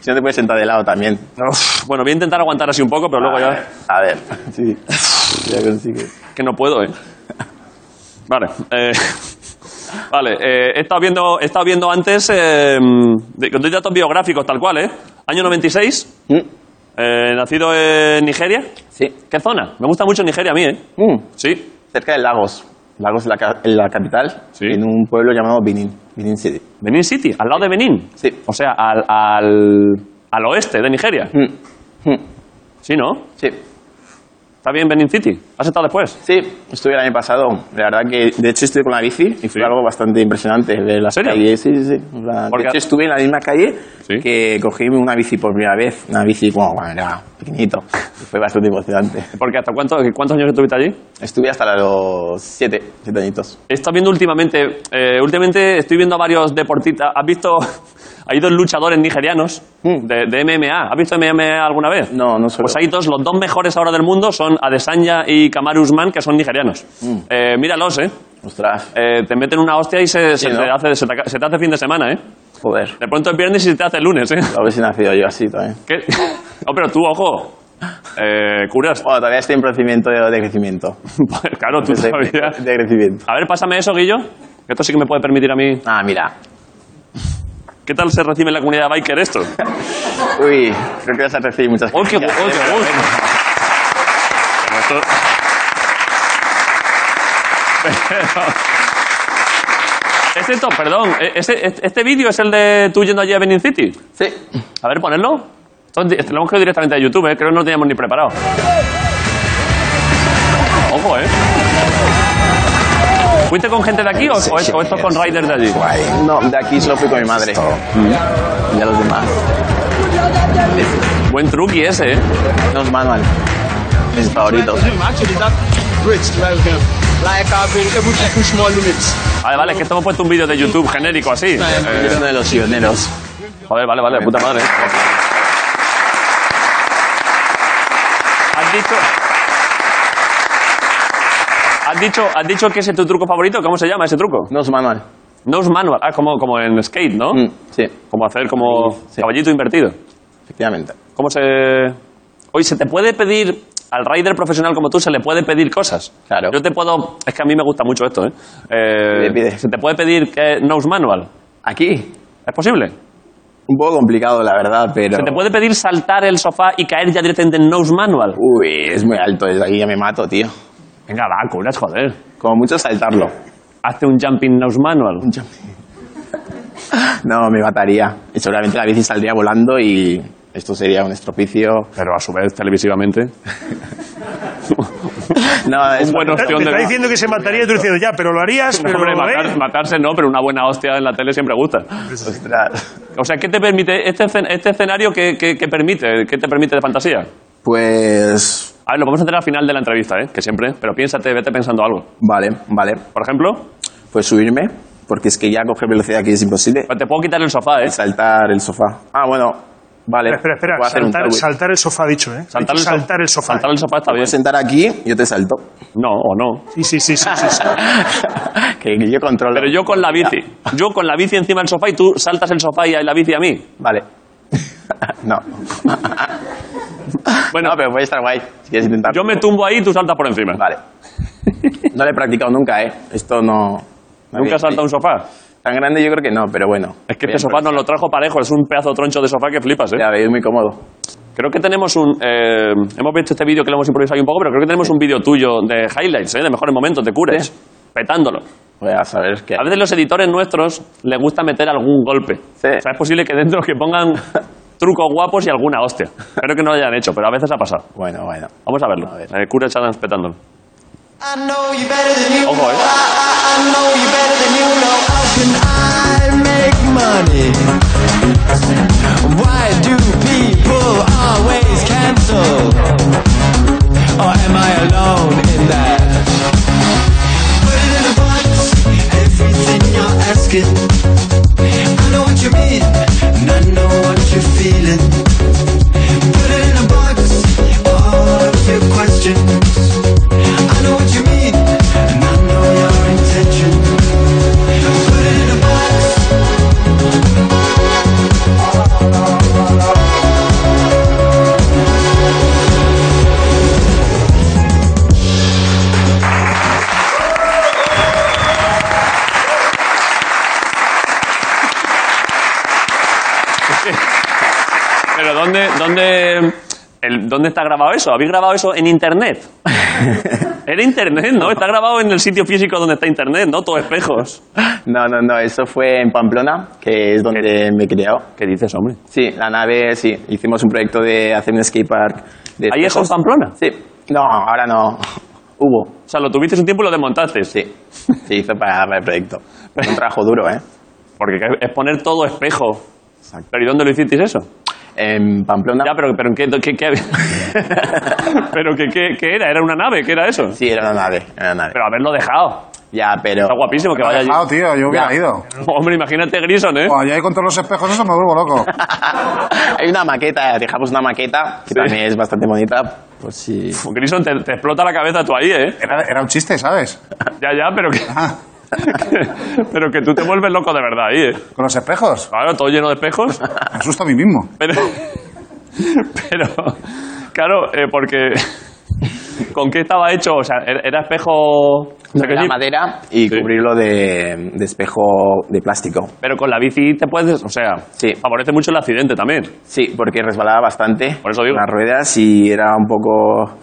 Si no te puedes sentar de lado también. Uf, bueno, voy a intentar aguantar así un poco, pero luego ya. A ver, *laughs* sí. Ya consigues. que no puedo, ¿eh? Vale. eh, vale, eh, he, estado viendo, he estado viendo antes eh, de- de datos biográficos, tal cual, ¿eh? Año 96, Mm, eh, nacido en Nigeria. Sí. ¿Qué zona? Me gusta mucho Nigeria a mí, ¿eh? Mm, Sí. Cerca de Lagos. Lagos es la, ca- en la capital, Sí. en un pueblo llamado Benin. Benin City. Benin City, al lado de Benin. Sí. O sea, al, al, al oeste de Nigeria. Mm, mm, Sí, ¿no? Sí. Está bien Benin City. ¿Has estado después? Sí, estuve el año pasado. La verdad que, de hecho, estuve con la bici y fue Sí. algo bastante impresionante. Ver las ¿En serio? calles, sí, sí, sí. En plan, Porque- De hecho, estuve en la misma calle Sí. que cogí una bici por primera vez. Una bici, bueno, bueno, era pequeñito. Fue bastante emocionante. Porque hasta cuánto, cuántos años estuviste allí? Estuve hasta los siete, siete añitos. He estado viendo últimamente, eh, últimamente estoy viendo a varios deportistas. ¿Has visto? *laughs* Hay dos luchadores nigerianos Mm. de, de MMA. ¿Has visto MMA alguna vez? No, no suelo. Pues hay dos, los dos mejores ahora del mundo son Adesanya y Kamaru Usman, que son nigerianos. Hmm. Eh, míralos, ¿eh? Ostras, Eh, Te meten una hostia y se, se Sí, te ¿no? hace, se, te, aca- se te hace fin de semana, ¿eh? joder. De pronto es viernes y se te hace lunes, *laughs* ¿eh? A ver si nacido yo así también. ¿Qué? No, pero tú, ojo. Eh, curas. Pues Bueno, todavía estoy en procedimiento de, *laughs* de crecimiento. claro, tú de, todavía. de crecimiento. A ver, pásame eso, Guillo. que Esto sí que me puede permitir a mí. Ah, mira. ¿Qué tal se recibe en la comunidad biker esto? Uy, creo que vas a recibir muchas ¡Oh, qué bueno! críticas, ¡Oh, ¿eh? qué Pero bueno! bueno. Pero esto- Pero- Este top, perdón, e- este, este- este vídeo es el de tú yendo allí a Benin City. Sí. A ver, ponedlo. Esto es di- esto lo hemos cogido directamente de YouTube, eh, creo que no lo teníamos ni preparado. Ojo, ¿eh? ¿Fuiste con gente de aquí o, o esto- o esto con riders de allí? Guay. No, de aquí solo fui con mi madre. Mm. Y a los demás. Buen truqui ese, ¿eh? Los manual. Mis favoritos. Actually, that bridge welcome. Like I've been able to push more limits. Vale, vale, es que esto hemos puesto un vídeo de YouTube genérico así. Es uno de los pioneros. Joder, vale, vale, de puta madre. Has dicho. Has dicho, has dicho que ese es tu truco favorito. ¿Cómo se llama ese truco? Nos manual. Nose manual. Ah, como, como en skate, ¿no? Mm, Sí, Como hacer como Sí. caballito invertido. efectivamente. ¿Cómo se.? Hoy se te puede pedir. Al rider profesional como tú se le puede pedir cosas. Claro. Yo te puedo. Es que a mí me gusta mucho esto, ¿eh? Eh, Pide, pide. Se te puede pedir que nose manual. Aquí, ¿Es posible? un poco complicado, la verdad, pero. Se te puede pedir saltar el sofá y caer ya directamente en nose manual. Uy, es muy alto, desde aquí ya me mato, tío. Venga, va, curas, joder. Como mucho saltarlo. Hazte un jumping nose manual. No, me mataría. Y seguramente la bici saldría volando y esto sería un estropicio. Pero a su vez, televisivamente. No, es Un buen Te opción está de. diciendo que se mataría y tú diciendo, ya, pero lo harías, No, pero hombre, lo haré. matar- matarse no, pero una buena hostia en la tele siempre gusta. Ostras. O sea, ¿qué te permite este, escen- este escenario? ¿qué, qué, qué permite? ¿Qué te permite de fantasía? Pues. A ver, lo vamos a hacer al final de la entrevista, ¿eh? Que siempre. Pero piénsate, vete pensando algo. Vale, vale. Por ejemplo, Pues subirme, porque es que ya coger velocidad aquí es imposible. te puedo quitar el sofá, ¿eh? Y saltar el sofá. Ah, bueno. Vale. Espera, espera, espera. Voy a hacer un Saltar, tailwind. saltar el sofá, ha dicho, ¿eh? Ha dicho so- saltar el sofá. Saltar el sofá está Voy bien. a sentar aquí, yo te salto. *laughs* No, o no. *laughs* Sí, sí, sí, sí, sí, sí. que que yo controlo. Ah, Pero yo con la bici. Yo con la bici encima del sofá y tú saltas el sofá y la bici a mí. Vale. *laughs* no. *laughs* Bueno, no, pero voy a estar guay. Si quieres intentar. Yo me tumbo ahí y tú saltas por encima. Vale. No lo he practicado nunca, ¿eh? Esto no. no ¿Nunca había- has saltado un sofá? Tan grande yo creo que no, pero bueno. Es que Voy a este sofá nos lo trajo parejo, es un pedazo de troncho de sofá que flipas, ¿eh? Ya veis, muy cómodo. Creo que tenemos un... eh, hemos visto este vídeo que lo hemos improvisado ahí un poco, pero creo que tenemos un vídeo tuyo de highlights, ¿eh? De mejores momentos, de cures, petándolo. Voy a saber qué. A veces los editores nuestros les gusta meter algún golpe. Sí. O sea, es posible que dentro que *laughs* pongan trucos guapos y alguna hostia. Espero que no lo hayan hecho, pero a veces ha pasado. Bueno, bueno. Vamos a verlo. A Cure ver. eh, Cure Challenge petándolo. I know you better than you Ojo, know. eh. I, I, I know you better than you know. How can I make money? Why do people always cancel? Or am I skin. I know what you mean, and I know what you're feeling. Put it in a box, all of your questions. I know what you mean, and I know your intention. Put it in a box. Pero ¿dónde, dónde, el- ¿dónde está grabado eso? ¿Habéis grabado eso en *laughs* internet? Era internet, ¿no? Está grabado en el sitio físico donde está internet, ¿no? Todo espejos. No, no, no, eso fue en Pamplona, que es donde me he criado. ¿Qué dices, hombre? Sí, la nave, sí. Hicimos un proyecto de hacer un skatepark. De ¿Ahí eso en espejos. Pamplona? Sí. No, ahora no. Hubo. O sea, lo tuviste un tiempo y lo desmontaste. Sí. Se hizo para, para el proyecto. Fue Un trabajo duro, ¿eh? Porque es poner todo espejo. Pero ¿y dónde lo hicisteis eso? En Pamplona. Ya, pero, pero ¿en qué, qué- qué *laughs* había? ¿Pero qué, qué- qué era? ¿Era una nave? ¿Qué era eso? Sí, era una nave. Era una nave. Pero haberlo dejado. Ya, pero. Está guapísimo que Me ha vaya allí. dejado, tío, yo hubiera Ya. ido. Hombre, imagínate Grison, ¿eh? Cuando llegué con todos los espejos, eso me vuelvo loco. *laughs* Hay una maqueta, dejamos una maqueta, que también es bastante bonita. Pues sí. Grison, te, te explota la cabeza tú ahí, ¿eh? Era, era un chiste, ¿sabes? Ya, ya, pero que... que- *laughs* pero que tú te vuelves loco de verdad ahí, ¿eh? Con los espejos. Claro, todo lleno de espejos. Me asusto a mí mismo. Pero... Pero... Claro, eh, porque... ¿Con qué estaba hecho? O sea, ¿era era espejo...? o sea, que Era sí, madera y Sí. cubrirlo de, de espejo de plástico. Pero con la bici te puedes... O sea, Sí. favorece mucho el accidente también. Sí, porque resbalaba bastante Por eso digo. las ruedas y era un poco...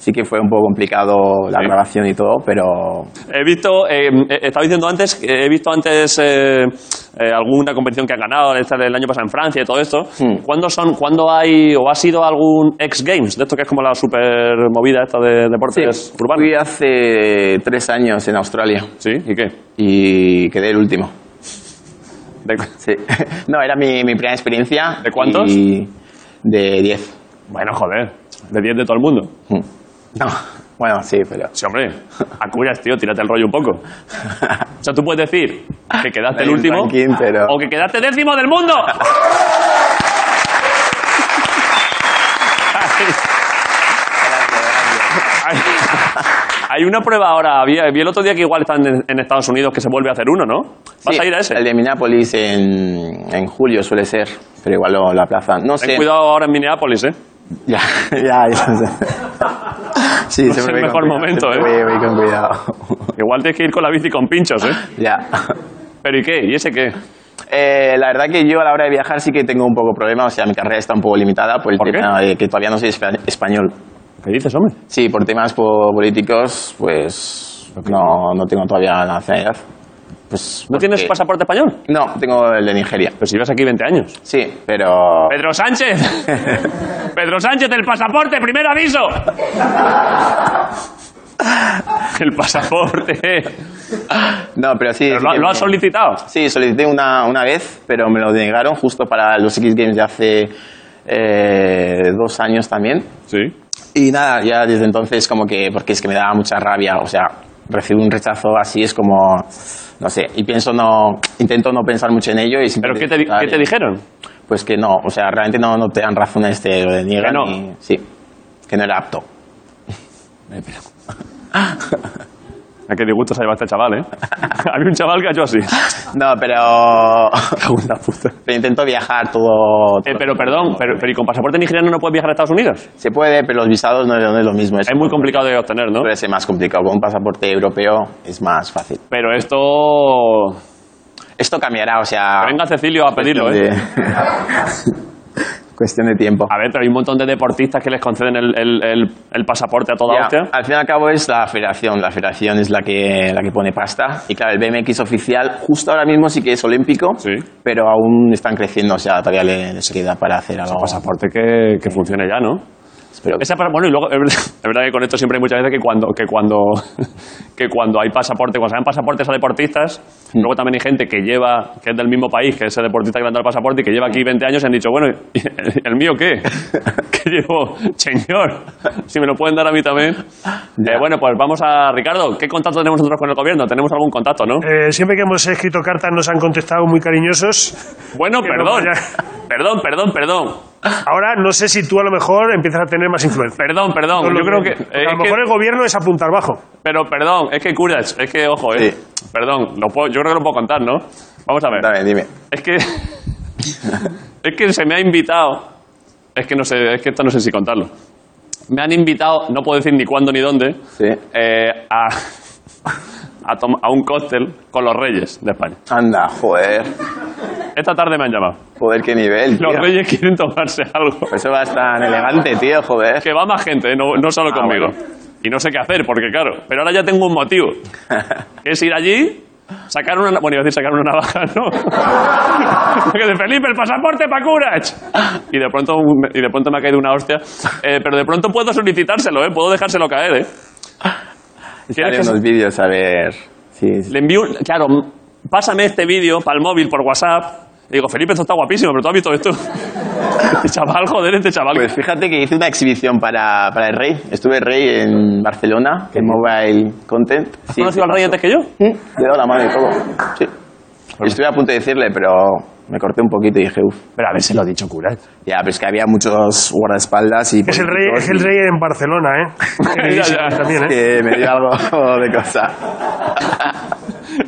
Sí que fue un poco complicado la Sí. grabación y todo, pero... He visto, eh, eh, estaba diciendo antes, que he visto antes eh, eh, alguna competición que han ganado, esta del año pasado en Francia y todo esto. Hmm. ¿Cuándo son, cuándo hay, o ha sido algún X Games, de esto que es como la super movida esta de deportes urbanos? fui hace tres años en Australia Sí, ¿y qué? y quedé el último. De- Sí. *laughs* No, era mi, mi primera experiencia. ¿De cuántos? y de 10. bueno, joder, de 10 de todo el mundo. Mm. No, bueno, sí, pero... Sí, *laughs* hombre, acuñas, tío, tírate el rollo un poco. O sea, tú puedes decir que quedaste el Ahí, último tranquín, pero- o que quedaste décimo del *laughs* mundo. Hay, hay una prueba ahora. Vi, vi el otro día que igual están en, en Estados Unidos que se vuelve a hacer uno, ¿no? Vas Sí, a ir a ese. El de Minneapolis en, en julio suele ser, pero igual lo, lo aplazan. No Ten sé. cuidado ahora en Minneapolis, ¿eh? *laughs* Ya, ya, ya. sé. *laughs* Sí, No es el voy con mejor cuidado, momento, siempre ¿eh? voy- voy con cuidado. *laughs* Igual tienes que ir con la bici con pinchos, ¿eh? ya. Pero ¿y qué? ¿Y ese qué? Eh, la verdad que yo a la hora de viajar sí que tengo un poco problema, o sea, mi carrera está un poco limitada por el ¿Por qué? tema de que todavía no soy espa- español. ¿Qué dices, hombre? Sí, por temas po- políticos, pues no, no tengo todavía la nacionalidad. Pues, ¿No tienes porque- pasaporte español? No, tengo el de Nigeria. Pero si llevas aquí 20 años. Sí, pero... ¡Pedro Sánchez! ¡Pedro Sánchez, el pasaporte! ¡Primer aviso! El pasaporte. No, pero sí... Pero sí lo, que lo me- has solicitado. Sí, solicité una, una vez, pero me lo denegaron justo para los X Games de hace eh, dos años también. Sí. Y nada, ya desde entonces como que, porque es que me daba mucha rabia, o sea, recibir un rechazo así es como, no sé, y pienso no, intento no pensar mucho en ello y ¿Pero simplemente qué te, di- aceptar qué te y- dijeron? Pues que no, o sea, realmente no, no te dan razones, te lo deniegan Que no. y- sí, que no era apto. A qué disgusto se ha llevado este chaval, ¿eh? Había un chaval que ha hecho así. Eh, No, pero, *laughs* Una puta. pero intento viajar todo... Eh, todo- pero perdón, pero, pero ¿y con pasaporte nigeriano no puedes viajar a Estados Unidos? Se puede, pero los visados no, no es lo mismo. Es muy complicado de obtener, ¿no? Puede ser más complicado. Con un pasaporte europeo es más fácil. Pero esto... Esto cambiará, o sea. que Venga Cecilio a pedirlo, ¿eh? de- *laughs* cuestión de tiempo. A ver, pero hay un montón de deportistas que les conceden el, el- el- el pasaporte a toda Ya, hostia. al fin y al cabo es la federación. La federación es la que, la que pone pasta. Y claro, el BMX oficial justo ahora mismo sí que es olímpico, Sí. pero Este aún están creciendo, o sea, todavía le- les queda para hacer algo. Pasaporte que, que funcione ya, ¿no? Esa para- bueno, y luego, es verdad, es verdad que con esto siempre hay muchas veces que cuando, que cuando, *laughs* que cuando hay pasaporte, cuando se dan pasaportes a deportistas, luego también hay gente que lleva, que es del mismo país, que es el deportista que le han dado el pasaporte y que lleva aquí 20 años y han dicho, bueno, ¿y *laughs* ¿el, el mío qué? ¿Qué llevo? Señor, si me lo pueden dar a mí también. Eh, bueno, pues vamos a Ricardo, ¿qué contacto tenemos nosotros con el gobierno? Tenemos algún contacto, ¿no? Eh, siempre que hemos escrito cartas nos han contestado muy cariñosos. Bueno, Que perdón, luego perdón, perdón, perdón. Ahora no sé si tú a lo mejor empiezas a tener más influencia. Perdón, perdón. No lo Yo creo que. eh, Porque a es lo mejor que- el gobierno es apuntar bajo. Pero perdón, es que Kurach, es que ojo, eh. Perdón, lo puedo- yo creo que lo puedo contar, ¿no? Vamos a ver. Dale, dime. Es que. *laughs* es que se me ha invitado. Es que no sé, es que esto no sé si contarlo. Me han invitado, no puedo decir ni cuándo ni dónde, eh, a, a, *laughs* tom- a un cóctel con los Reyes de España. Anda, joder. Esta tarde me han llamado. Joder, qué nivel. Los tío. Reyes quieren tomarse algo. Eso va tan elegante, tío, joder. Que va más gente, eh, no, no solo conmigo. Y no sé qué hacer, porque claro, pero ahora ya tengo un motivo. Que es ir allí, sacar una... Bueno, iba a decir sacar una navaja, ¿no? *laughs* Que de Felipe, el pasaporte para Curach. Y de, pronto, y de pronto me ha caído una hostia. Eh, pero de pronto puedo solicitárselo, ¿eh? Puedo dejárselo caer, ¿eh? ¿Quieres Haré que se- unos vídeos, a ver. Sí, sí. le envío... un- Claro, pásame este vídeo para el móvil, por WhatsApp. Y digo, Felipe, esto está guapísimo, pero tú has visto esto. *laughs* Este chaval, joder, este chaval. Pues fíjate que hice una exhibición para, para el Rey. Estuve el Rey en Barcelona, en Mobile Content. ¿Has conocido al Rey antes que yo? Le he dado la mano y todo. Sí. Estuve a punto de decirle, pero me corté un poquito y dije, uff. Pero a ver, se lo ha dicho Curat. Ya, pero es que había muchos guardaespaldas y. Es el rey, es el rey en Barcelona, ¿eh? *laughs* Ya, ya. También, ¿eh? Que me dio algo *laughs* de *laughs* cosa.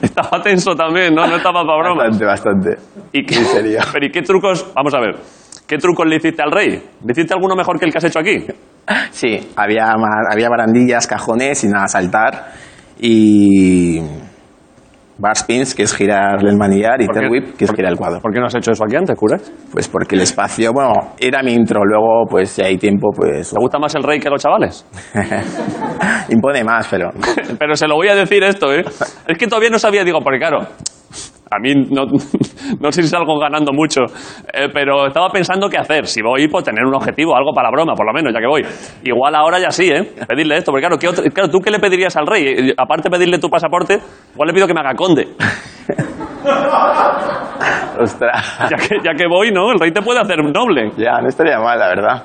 Estaba tenso también, ¿no? No estaba para broma. Bastante, bastante. ¿Y qué, Sí, serio. pero ¿y qué trucos? Vamos a ver. ¿Qué trucos le hiciste al rey? ¿Le hiciste alguno mejor que el que has hecho aquí? Sí, había, ma- había barandillas, cajones y nada, saltar. Y. Bar spins, que es girar el manillar, y ¿Por qué? tail whip, que es girar el cuadro. ¿Por qué no has hecho eso aquí antes, cura? ¿Te Pues porque el espacio, bueno, era mi intro, luego, pues si hay tiempo, pues. *laughs* gusta más el rey que los chavales? impone más, pero. *laughs* Pero se lo voy a decir esto, ¿eh? Es que todavía no sabía, digo, porque claro, a mí no, *laughs* no sé si salgo ganando mucho, eh, pero estaba pensando qué hacer. Si voy, pues tener un objetivo, algo para la broma, por lo menos, ya que voy. Igual ahora ya sí, ¿eh? Pedirle esto, porque claro, ¿qué otro- claro ¿tú qué le pedirías al rey? Eh, Aparte de pedirle tu pasaporte, igual le pido que me haga conde. *laughs* Ostras. Ya que, ya que voy, ¿no? El rey te puede hacer noble. Ya, no estaría mal, la verdad.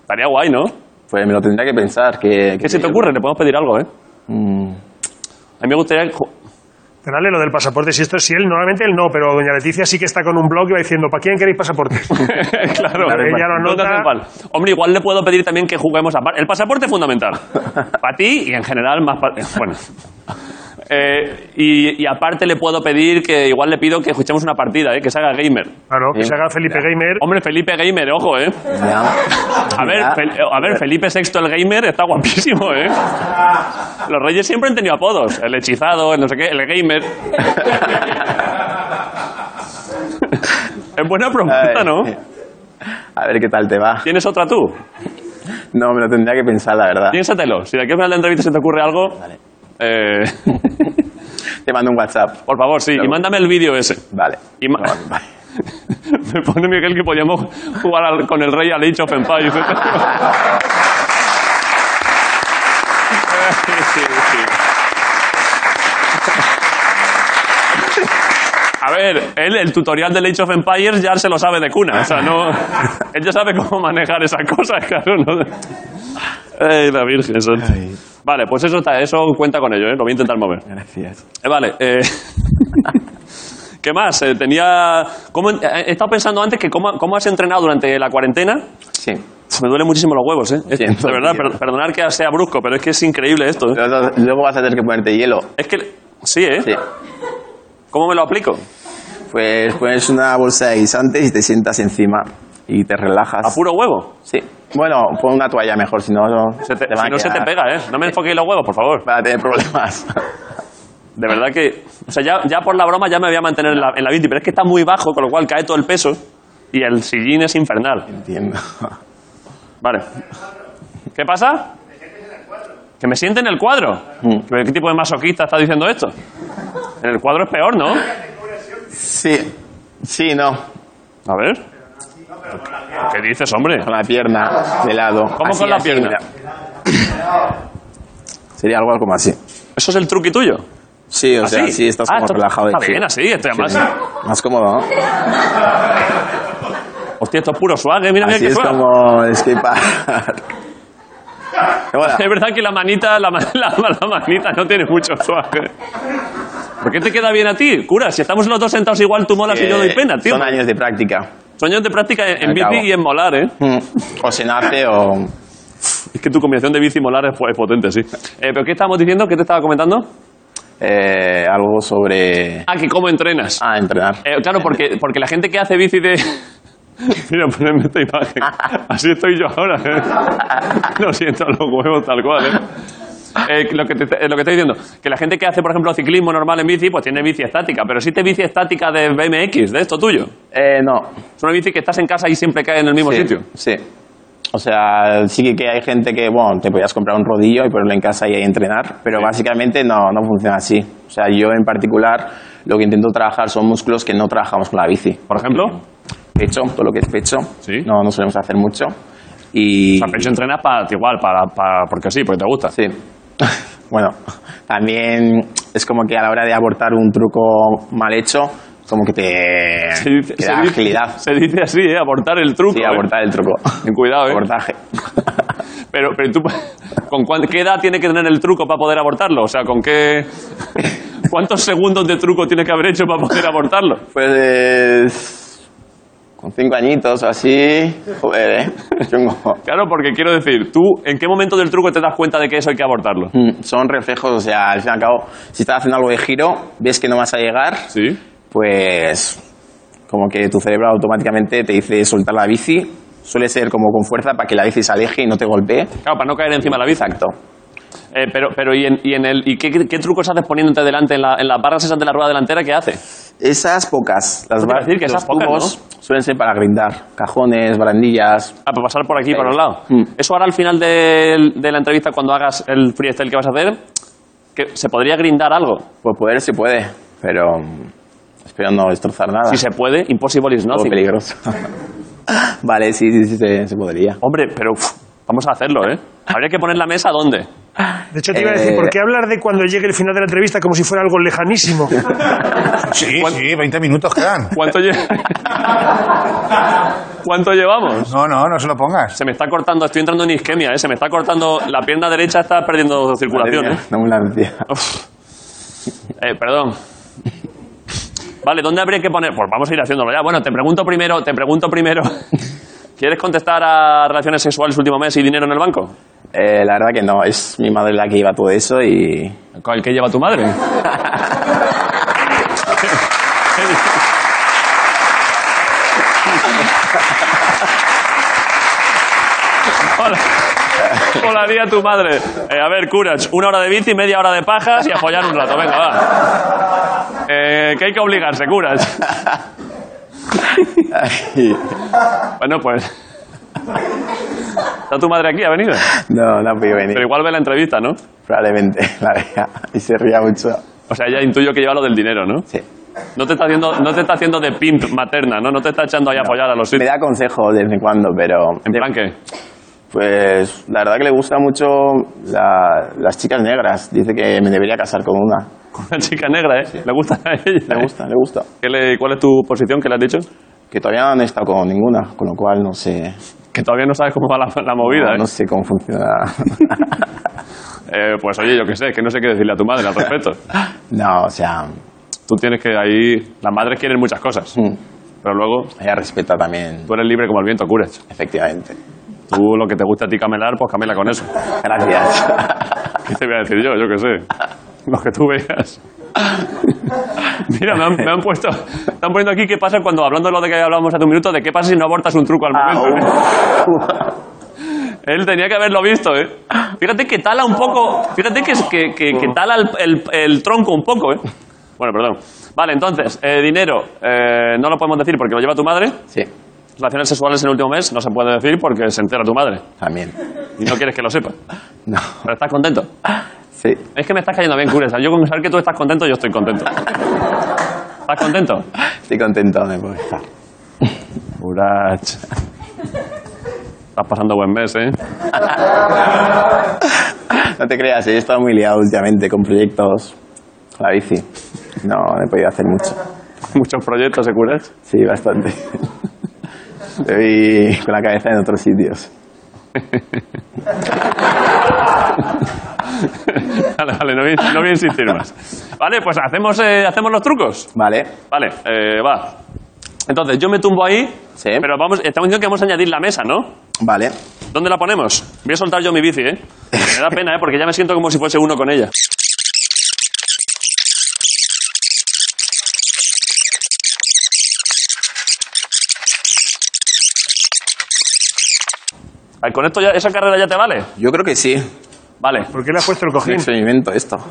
Estaría guay, ¿no? Pues me lo tendría que pensar. Que, ¿Qué se te ocurre? Le podemos pedir algo, ¿eh? A mí me gustaría... jo- Pero dale lo del pasaporte, si esto es si él, normalmente él no, pero doña Leticia sí que está con un blog y va diciendo, ¿para quién queréis pasaporte? *laughs* claro, Claro, ella lo no te hace anota. falta. Hombre, igual le puedo pedir también que juguemos a... par- El pasaporte es fundamental. Para ti y en general más... pa- Bueno. *laughs* Eh, y, y aparte le puedo pedir que... Igual le pido que escuchemos una partida, ¿eh? Que se haga gamer. Claro, que se haga *laughs* Felipe Gamer. Hombre, Felipe Gamer, ojo, ¿eh? A ver, *laughs* Fel- a ver, Felipe VI el Gamer está guapísimo, ¿eh? Los reyes siempre han tenido apodos. El hechizado, el no sé qué, el gamer. es buena Ay, pregunta, ¿no? A ver qué tal te va. ¿Tienes otra tú? No, me lo tendría que pensar, la verdad. Piénsatelo. Si de aquí al final de la entrevista se te ocurre algo... eh, Te mando un WhatsApp. *laughs* por favor, sí. Y mándame el vídeo ese. Vale. Y ma- Vale. *laughs* Me pone Miguel que podíamos jugar al- con el rey al Age of Empires. *laughs* Eh, Sí, sí. A ver, él el tutorial del Age of Empires ya se lo sabe de cuna. O sea, no. Él ya sabe cómo manejar esas cosas, *laughs* claro. ¿no? Ay, la Virgen Santa. Vale, pues eso está, eso cuenta con ello, ¿eh? lo voy a intentar mover. Gracias. Eh, vale. eh, *laughs* ¿Qué más? Eh, tenía. ¿cómo en- eh, he estado pensando antes que cómo, cómo has entrenado durante la cuarentena. Sí. Me duelen muchísimo los huevos, ¿eh? Es- siento, de verdad, tío. per- perdonar que sea brusco, pero es que es increíble esto. ¿eh? Luego, luego vas a tener que ponerte hielo. Es que. Sí, ¿eh? Sí. ¿Cómo me lo aplico? Pues pones una bolsa de guisantes y te sientas encima y te relajas. A puro huevo. Sí. Bueno, pon una toalla mejor, si no, no Se te- te va si a no se te quedar- pega, ¿eh? No me enfoquéis los huevos, por favor. Vas a tener problemas. *laughs* De verdad que. O sea, ya, ya por la broma ya me voy a mantener en la, en la 20, pero es que está muy bajo, con lo cual cae todo el peso y el sillín es infernal. Entiendo. Vale. ¿Qué pasa? Que me siente en el cuadro. Mm. ¿Pero ¿Qué tipo de masoquista está diciendo esto? En el cuadro es peor, ¿no? A Sí. Sí, no. ver. ¿Qué dices, hombre? Con la pierna de lado. ¿Cómo con la pierna? mira. Sería algo como así. ¿Eso es el truqui tuyo? Sí, o sea, ¿Así? sí, estás Ah, como esto- relajado. Está sí. bien, así, este, esto Sí, además. sí. Más cómodo, ¿no? Hostia, esto es puro swag, ¿eh? mira, mira Así qué es swag. como el skate park. Hola. *laughs* Es verdad que la manita, la, ma- *laughs* la- la manita no tiene mucho swag. ¿eh? ¿Por qué te queda bien a ti, cura? Si estamos los dos sentados igual, *laughs* tú molas y yo doy Eh, pena, tío. Son años de práctica. Sueños de práctica en, en Al bici cabo. y en molar, ¿eh? Mm. O se nace o... Es que tu combinación de bici y molar es, es potente, sí. Eh, ¿Pero qué estábamos diciendo? ¿Qué te estaba comentando? eh, algo sobre... Ah, que cómo entrenas. Ah, entrenar. Eh, claro, porque, porque la gente que hace bici de... *laughs* Mira, ponedme esta imagen. Así estoy yo ahora. ¿eh? Lo siento, los huevos tal cual. ¿eh? Eh, lo, que te, eh, lo que estoy diciendo, que la gente que hace, por ejemplo, ciclismo normal en bici, pues tiene bici estática, pero existe bici estática de BMX, de esto tuyo. Eh, no. Es una bici que estás en casa y siempre cae en el mismo sí, sitio. Sí. O sea, sí que- que hay gente que, bueno, te podías comprar un rodillo y ponerlo en casa y ahí entrenar, pero básicamente no, no funciona así. O sea, yo en particular lo que intento trabajar son músculos que no trabajamos con la bici. Por ejemplo, Pecho, todo lo que es pecho. Sí. No, no solemos hacer mucho. Y... o sea, pero eso entrenas para igual, para, para- porque sí, porque te gusta. Sí. *laughs* Bueno, también es como que a la hora de abortar un truco mal hecho, como que te, Se dice, te se da dice- agilidad. se dice así, ¿eh? Abortar el truco. Sí, ¿eh? abortar el truco. Cuidado, ¿eh? Abortaje. *laughs* Pero, pero tú, ¿con cuán- qué edad tiene que tener el truco para poder abortarlo? O sea, ¿con qué. ¿Cuántos segundos de truco tiene que haber hecho para poder abortarlo? Pues con cinco añitos o así, joder, ¿eh? *laughs* Chungo. Claro, porque quiero decir, ¿tú en qué momento del truco te das cuenta de que eso hay que abortarlo? Mm, Son reflejos, o sea, al fin y al cabo, si estás haciendo algo de giro, ves que no vas a llegar, Sí. pues como que tu cerebro automáticamente te dice soltar la bici, suele ser como con fuerza para que la bici se aleje y no te golpee. Claro, para no caer encima de la bici. Exacto. Eh, pero, pero ¿y, en, y en el, y qué, qué trucos haces poniéndote delante en, la- en las barras esas de la rueda delantera? ¿Qué haces? Esas pocas, las Te iba a bar- decir que los esas pocas, tubos suelen ser para grindar, cajones, barandillas. Ah, para pasar por aquí, para un lado. Mm. Eso ahora al final del- de, la entrevista, cuando hagas el freestyle que vas a hacer, que se podría grindar algo. Pues poder se puede, pero mm, espero no destrozar nada. Si se puede, impossible is Ah. Todo nothing. peligroso. *laughs* vale, sí, sí, sí, se, se podría. Hombre, pero uf, vamos a hacerlo, ¿eh? Habría que poner la mesa dónde. De hecho, te iba a decir, Eh, ¿por qué hablar de cuando llegue el final de la entrevista como si fuera algo lejanísimo? Sí, sí, 20 minutos quedan. ¿Cuánto, lle- *laughs* ¿Cuánto llevamos? No, no, no se lo pongas. Se me está cortando, estoy entrando en isquemia, ¿eh? Se me está cortando, la pierna derecha está perdiendo circulación, ¿eh? No me *laughs* la decía. Eh, Perdón. Vale, ¿dónde habría que poner? Pues vamos a ir haciéndolo ya. Bueno, te pregunto primero, te pregunto primero. *laughs* ¿Quieres contestar a relaciones sexuales último mes y dinero en el banco? Eh, la verdad que no, es mi madre la que lleva todo eso y... *laughs* ¿Cuál que lleva tu madre? Hola. Molaría tu madre. Eh, a ver, Courage, una hora de bici, media hora de pajas y a follar un rato. Venga, va. Eh, que hay que obligarse, Courage. Bueno, pues. ¿Está tu madre aquí? ¿Ha venido? no, no ha podido venir. Pero igual ve la entrevista, ¿no? Probablemente *laughs* la vea y se ría mucho. O sea, ya intuyo que lleva lo del dinero, ¿no? Sí. No te está haciendo, no te está haciendo de pimp materna, ¿no? No te está echando ahí a follar a los Me sitios. da consejos de vez en cuando, pero... En plan que. Pues la verdad que le gusta mucho la- las chicas negras. Dice que me debería casar con una. Con una chica negra, ¿eh? Le gusta a ella. Le gusta, le gusta. ¿Qué le- ¿Cuál es tu posición? ¿Qué le has dicho? Que todavía no he estado con ninguna, con lo cual no sé, Que todavía no sabes cómo va la, la movida, no, ¿eh? no sé cómo funciona. *laughs* Eh, Pues oye, yo qué sé, que no sé qué decirle a tu madre al respecto. no, o sea, Tú tienes que ahí. Las madres quieren muchas cosas. mm, Pero luego ella respeta también, tú eres libre como el viento, curas. efectivamente. Tú lo que te gusta a ti camelar, pues camela con eso. *laughs* Gracias. ¿Qué te voy a decir yo? Yo qué sé. Lo que tú veas. *laughs* Mira, me han, me han puesto. Están poniendo aquí qué pasa cuando, hablando de lo de que hablábamos hace un minuto, de qué pasa si no abortas un truco al Ah, momento. *laughs* Él tenía que haberlo visto, ¿eh? Fíjate que tala un poco. Fíjate que, es- que, que- que tala el, el- el tronco un poco, ¿eh? Bueno, perdón. Vale, entonces, eh, dinero. eh, no lo podemos decir porque lo lleva tu madre. Sí, Relaciones sexuales en el último mes no se puede decir porque se entera tu madre. también. Y no quieres que lo sepa. No, Pero estás contento. sí, Es que me estás cayendo bien, Cures. Yo con saber que tú estás contento, yo estoy contento. ¿Estás contento? estoy contento de poder estar. Urach. Estás pasando buen mes, ¿eh? No te creas, he estado muy liado últimamente con proyectos. La bici. No, no he podido hacer mucho. ¿Muchos proyectos, ¿eh, se curas? Sí, bastante. *laughs* Te vi con la cabeza en otros sitios. Vale, vale, no voy, no voy a insistir más. Vale, pues hacemos, eh, hacemos los trucos. Vale. Vale, eh, va. Entonces, yo me tumbo ahí, Sí. pero vamos, estamos diciendo que vamos a añadir la mesa, ¿no? Vale. ¿Dónde la ponemos? Voy a soltar yo mi bici, ¿eh? Me da pena, ¿eh? Porque ya me siento como si fuese uno con ella. Ay, ¿Con esto ya, esa carrera ya te vale? Yo creo que sí. Vale, ¿Por qué le has puesto el Un cojín? experimento esto. Le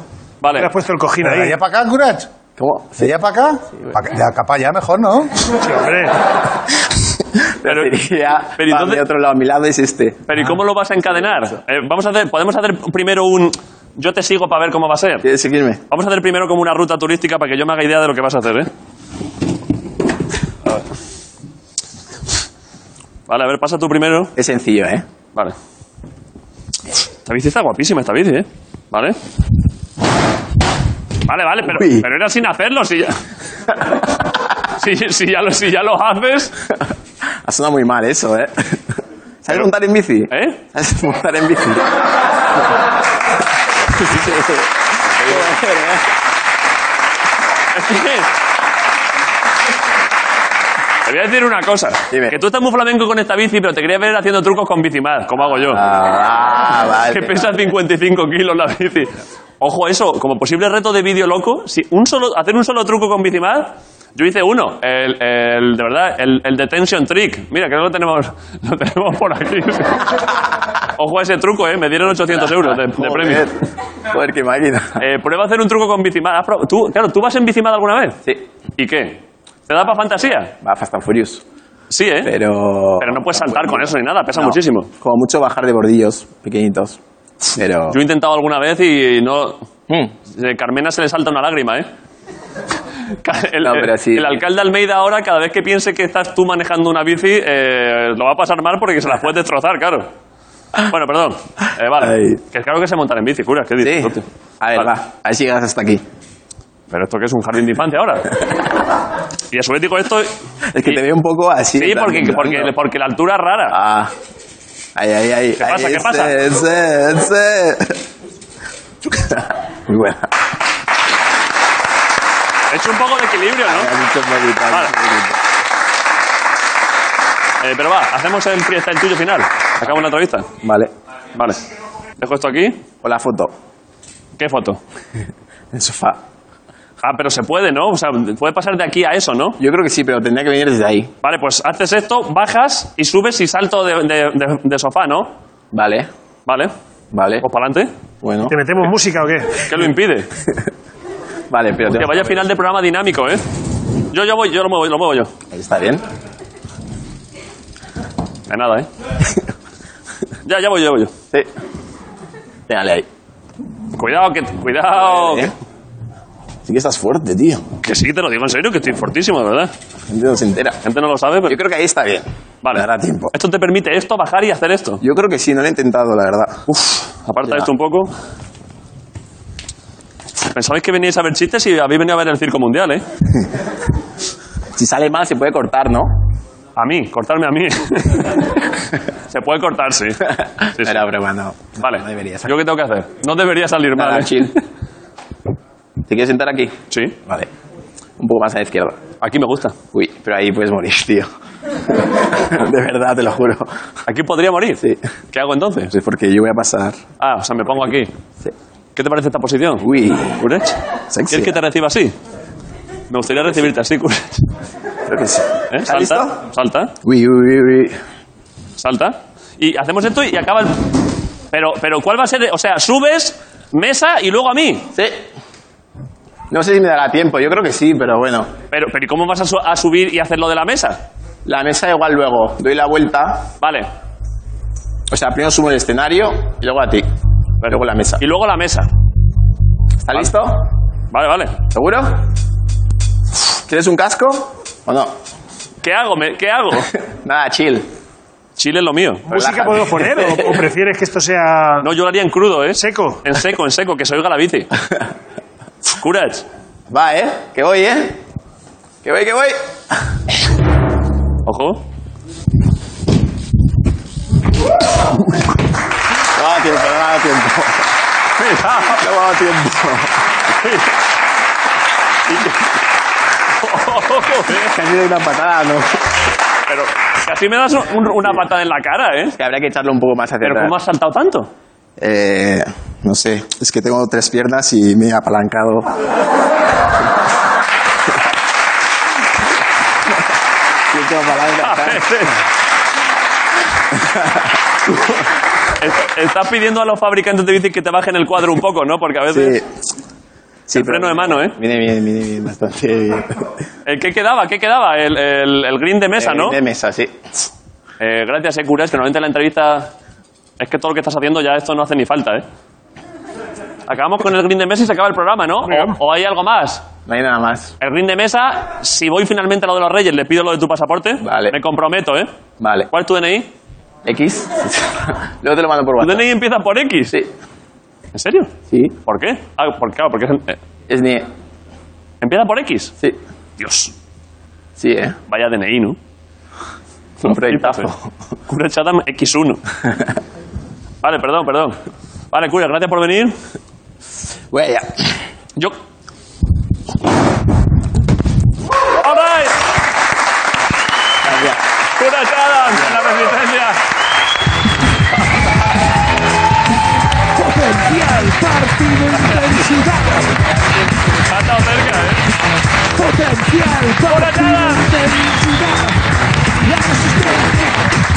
vale. has puesto el cojín ¿De ahí. allá para acá, Curach? ¿Cómo? ¿De allá para acá? Pa- de acá para allá mejor, ¿no? Sí, hombre. Pero- Preferiría pero pan entonces- de otro lado, a mi lado es este. Pero ¿y cómo lo vas a encadenar? Eh, vamos a hacer, podemos hacer primero un... Yo te sigo para ver cómo va a ser. ¿Quieres seguirme? Vamos a hacer primero como una ruta turística para que yo me haga idea de lo que vas a hacer, ¿eh? Vale, a ver, pasa tú primero. Es sencillo, ¿eh? Vale. Esta bici está guapísima, esta bici, ¿eh? Vale. Vale, vale, pero, Uy. pero era sin hacerlo, si ya... *laughs* si, si ya lo, si ya lo haces... Ha sonado muy mal eso, ¿eh? *laughs* ¿Sabes montar en bici? ¿Eh? ¿Sabes montar *laughs* en bici? Es que... Te voy a decir una cosa. Dime. Que tú estás muy flamenco con esta bici, pero te quería ver haciendo trucos con bici más, como hago yo. Ah, vale. que pesa 55 kilos la bici. Ojo, eso, como posible reto de vídeo loco, si un solo, hacer un solo truco con bicimad, yo hice uno, el, el- de verdad, el, el detention trick. Mira, que no lo tenemos, *laughs* lo tenemos por aquí. Ojo a ese truco, ¿eh? me dieron 800 euros de, de premio. Joder. Joder, qué máquina. Eh, prueba a hacer un truco con bicimad. Has prob- ¿Tú, claro, ¿tú vas en bicimad alguna vez? Sí, ¿Y qué? ¿Te da para fantasía? va Fast and Furious. Sí, ¿eh? Pero. Pero no puedes saltar con eso ni nada, pesa No. muchísimo. Como mucho bajar de bordillos pequeñitos. Pero. Yo he intentado alguna vez y no... Mm. De Carmena se le salta una lágrima, *laughs* ¿eh? Ca- El, No, pero sí. el alcalde Almeida ahora, cada vez que piense que estás tú manejando una bici, eh, lo va a pasar mal porque se la puedes destrozar, claro. Bueno, perdón. Eh, vale. Ay. Que es claro que se montan en bici, cura. ¿Qué Sí. dices? hostia? A ver, Vale. va. A ver si llegas hasta aquí. Pero esto que es un jardín de infancia ahora. Y a su vez digo esto. Es que y- te veo un poco así. Sí, en plan, porque, mirando. porque, porque la altura es rara. Ah. Ay, ay, ay. ¿Qué pasa? Ay, ¿Qué pasa? ese, ese. *laughs* Muy buena. He hecho un poco de equilibrio, Me ¿no? has dicho muy bien, Vale. muy bien. Ah. Eh, pero va, hacemos el freestyle tuyo final. Acabo la entrevista. Vale. Vale. Dejo esto aquí. O la foto. ¿Qué foto? *laughs* El sofá. Ah, pero se puede, ¿no? O sea, puede pasar de aquí a eso, ¿no? Yo creo que sí, pero tendría que venir desde ahí. Vale, pues haces esto, bajas y subes y salto de, de- de- de sofá, ¿no? Vale. Vale, Vale. pues para adelante. Bueno. ¿Te metemos música o qué? ¿Qué lo *laughs* impide? Vale, pero. Que vaya final de programa dinámico, ¿eh? Yo, yo voy, yo lo muevo, lo muevo yo. Ahí está bien. De nada, *laughs* ¿eh? Ya, ya voy, yo, ya voy yo. Sí. Dale ahí. Cuidado, que, cuidado. ¿Eh? Sí que estás fuerte, tío. Que sí, te lo digo en serio, que estoy fortísimo, de verdad. La gente no se entera. La gente no lo sabe, Yo pero... creo que ahí está bien. Vale. Me dará tiempo. Esto te permite esto, bajar y hacer esto. Yo creo que sí, no lo he intentado, la verdad. Uf, aparta Ya. esto un poco. Pensabais que veníais a ver chistes y habéis venido a ver el circo mundial, ¿eh? Si sale mal, se puede cortar, ¿no? A mí, cortarme a *laughs* mí. Se puede cortar, sí. Sí, sí. Era broma, no. Vale. No debería salir. ¿Yo qué tengo que hacer? No debería salir mal. Nada, ¿eh? chill. ¿Te quieres sentar aquí? Sí. Vale. Un poco más a la izquierda. Aquí me gusta. Uy, pero ahí puedes morir, tío. De verdad, te lo juro. Aquí podría morir. Sí. ¿Qué hago entonces? Es porque yo voy a pasar. Ah, o sea, me pongo aquí. Sí. ¿Qué te parece esta posición? Uy. Urech, Sexy. ¿eh? ¿quieres que te reciba así? Me gustaría recibirte así, Urech. Creo que sí. ¿Eh? ¿Estás Salta, listo? salta, Uy, uy, uy, uy. salta. Y hacemos esto y acaba el... Pero, pero ¿cuál va a ser? O sea, subes, mesa y luego a mí. Sí. No sé si me dará tiempo, yo creo que sí, pero bueno. Pero, pero ¿y cómo vas a, su- a subir y hacer lo de la mesa? La mesa igual luego. Doy la vuelta. Vale. O sea, primero sumo el escenario y luego a ti. Luego la mesa. Y luego la mesa. ¿Está listo? Vale, vale. ¿Seguro? ¿Quieres un casco? ¿O no? ¿Qué hago? Me- ¿Qué hago? Nada, chill. Chile es lo mío. ¿Música Relájate. podemos poner o, o prefieres que esto sea...? No, yo lo haría en crudo, ¿eh? Seco. En seco, en seco, que se oiga la bici. Curach. Va, ¿eh? Que voy, ¿eh? Que voy, que voy. Ojo. *laughs* No da tiempo, no da tiempo. *laughs* No da *laughs* tiempo. Joder. Casi de una patada, ¿no? Pero casi me das un- una patada en la cara, ¿eh? Que habría que echarlo un poco más hacia Pero atrás. ¿cómo has saltado tanto? Eh, no sé, es que tengo tres piernas y me he apalancado. *laughs* Siento *laughs* apalanca, ¿sabes? Es- Estás pidiendo a los fabricantes de bicis que te bajen el cuadro un poco, ¿no? Porque a veces... Sí. Sí, el freno de mano, ¿eh? Viene bien, viene bien, bastante bien. ¿El ¿Qué quedaba? ¿Qué quedaba? El, el- el green de mesa, ¿no? De mesa, sí. Eh, gracias, eh, Curach, que normalmente en la entrevista... Es que todo lo que estás haciendo ya esto no hace ni falta, ¿eh? Acabamos con el green de mesa y se acaba el programa, ¿no? ¿O, o hay algo más? No hay nada más. El green de mesa, si voy finalmente a lo de los Reyes, le pido lo de tu pasaporte. Vale. Me comprometo, ¿eh? Vale. ¿Cuál es tu DNI? ¿X? *laughs* Luego te lo mando por ¿Tu WhatsApp. DNI empieza por X? Sí. ¿En serio? Sí. ¿Por qué? Ah, por, claro, porque es- eh, Es ni... empieza por X. Sí. Dios, Sí, ¿eh? vaya DNI, ¿no? Un Quitazo. Cura Chatham X1. Vale, perdón, perdón. Vale, Cura, gracias por venir. Bueno, ya. Yo. All right. Gracias. Cura Chatham, en la resistencia. Potencial, partido, intensidad. Ha estado cerca, ¿eh? Potencial, partido, intensidad. La resistencia.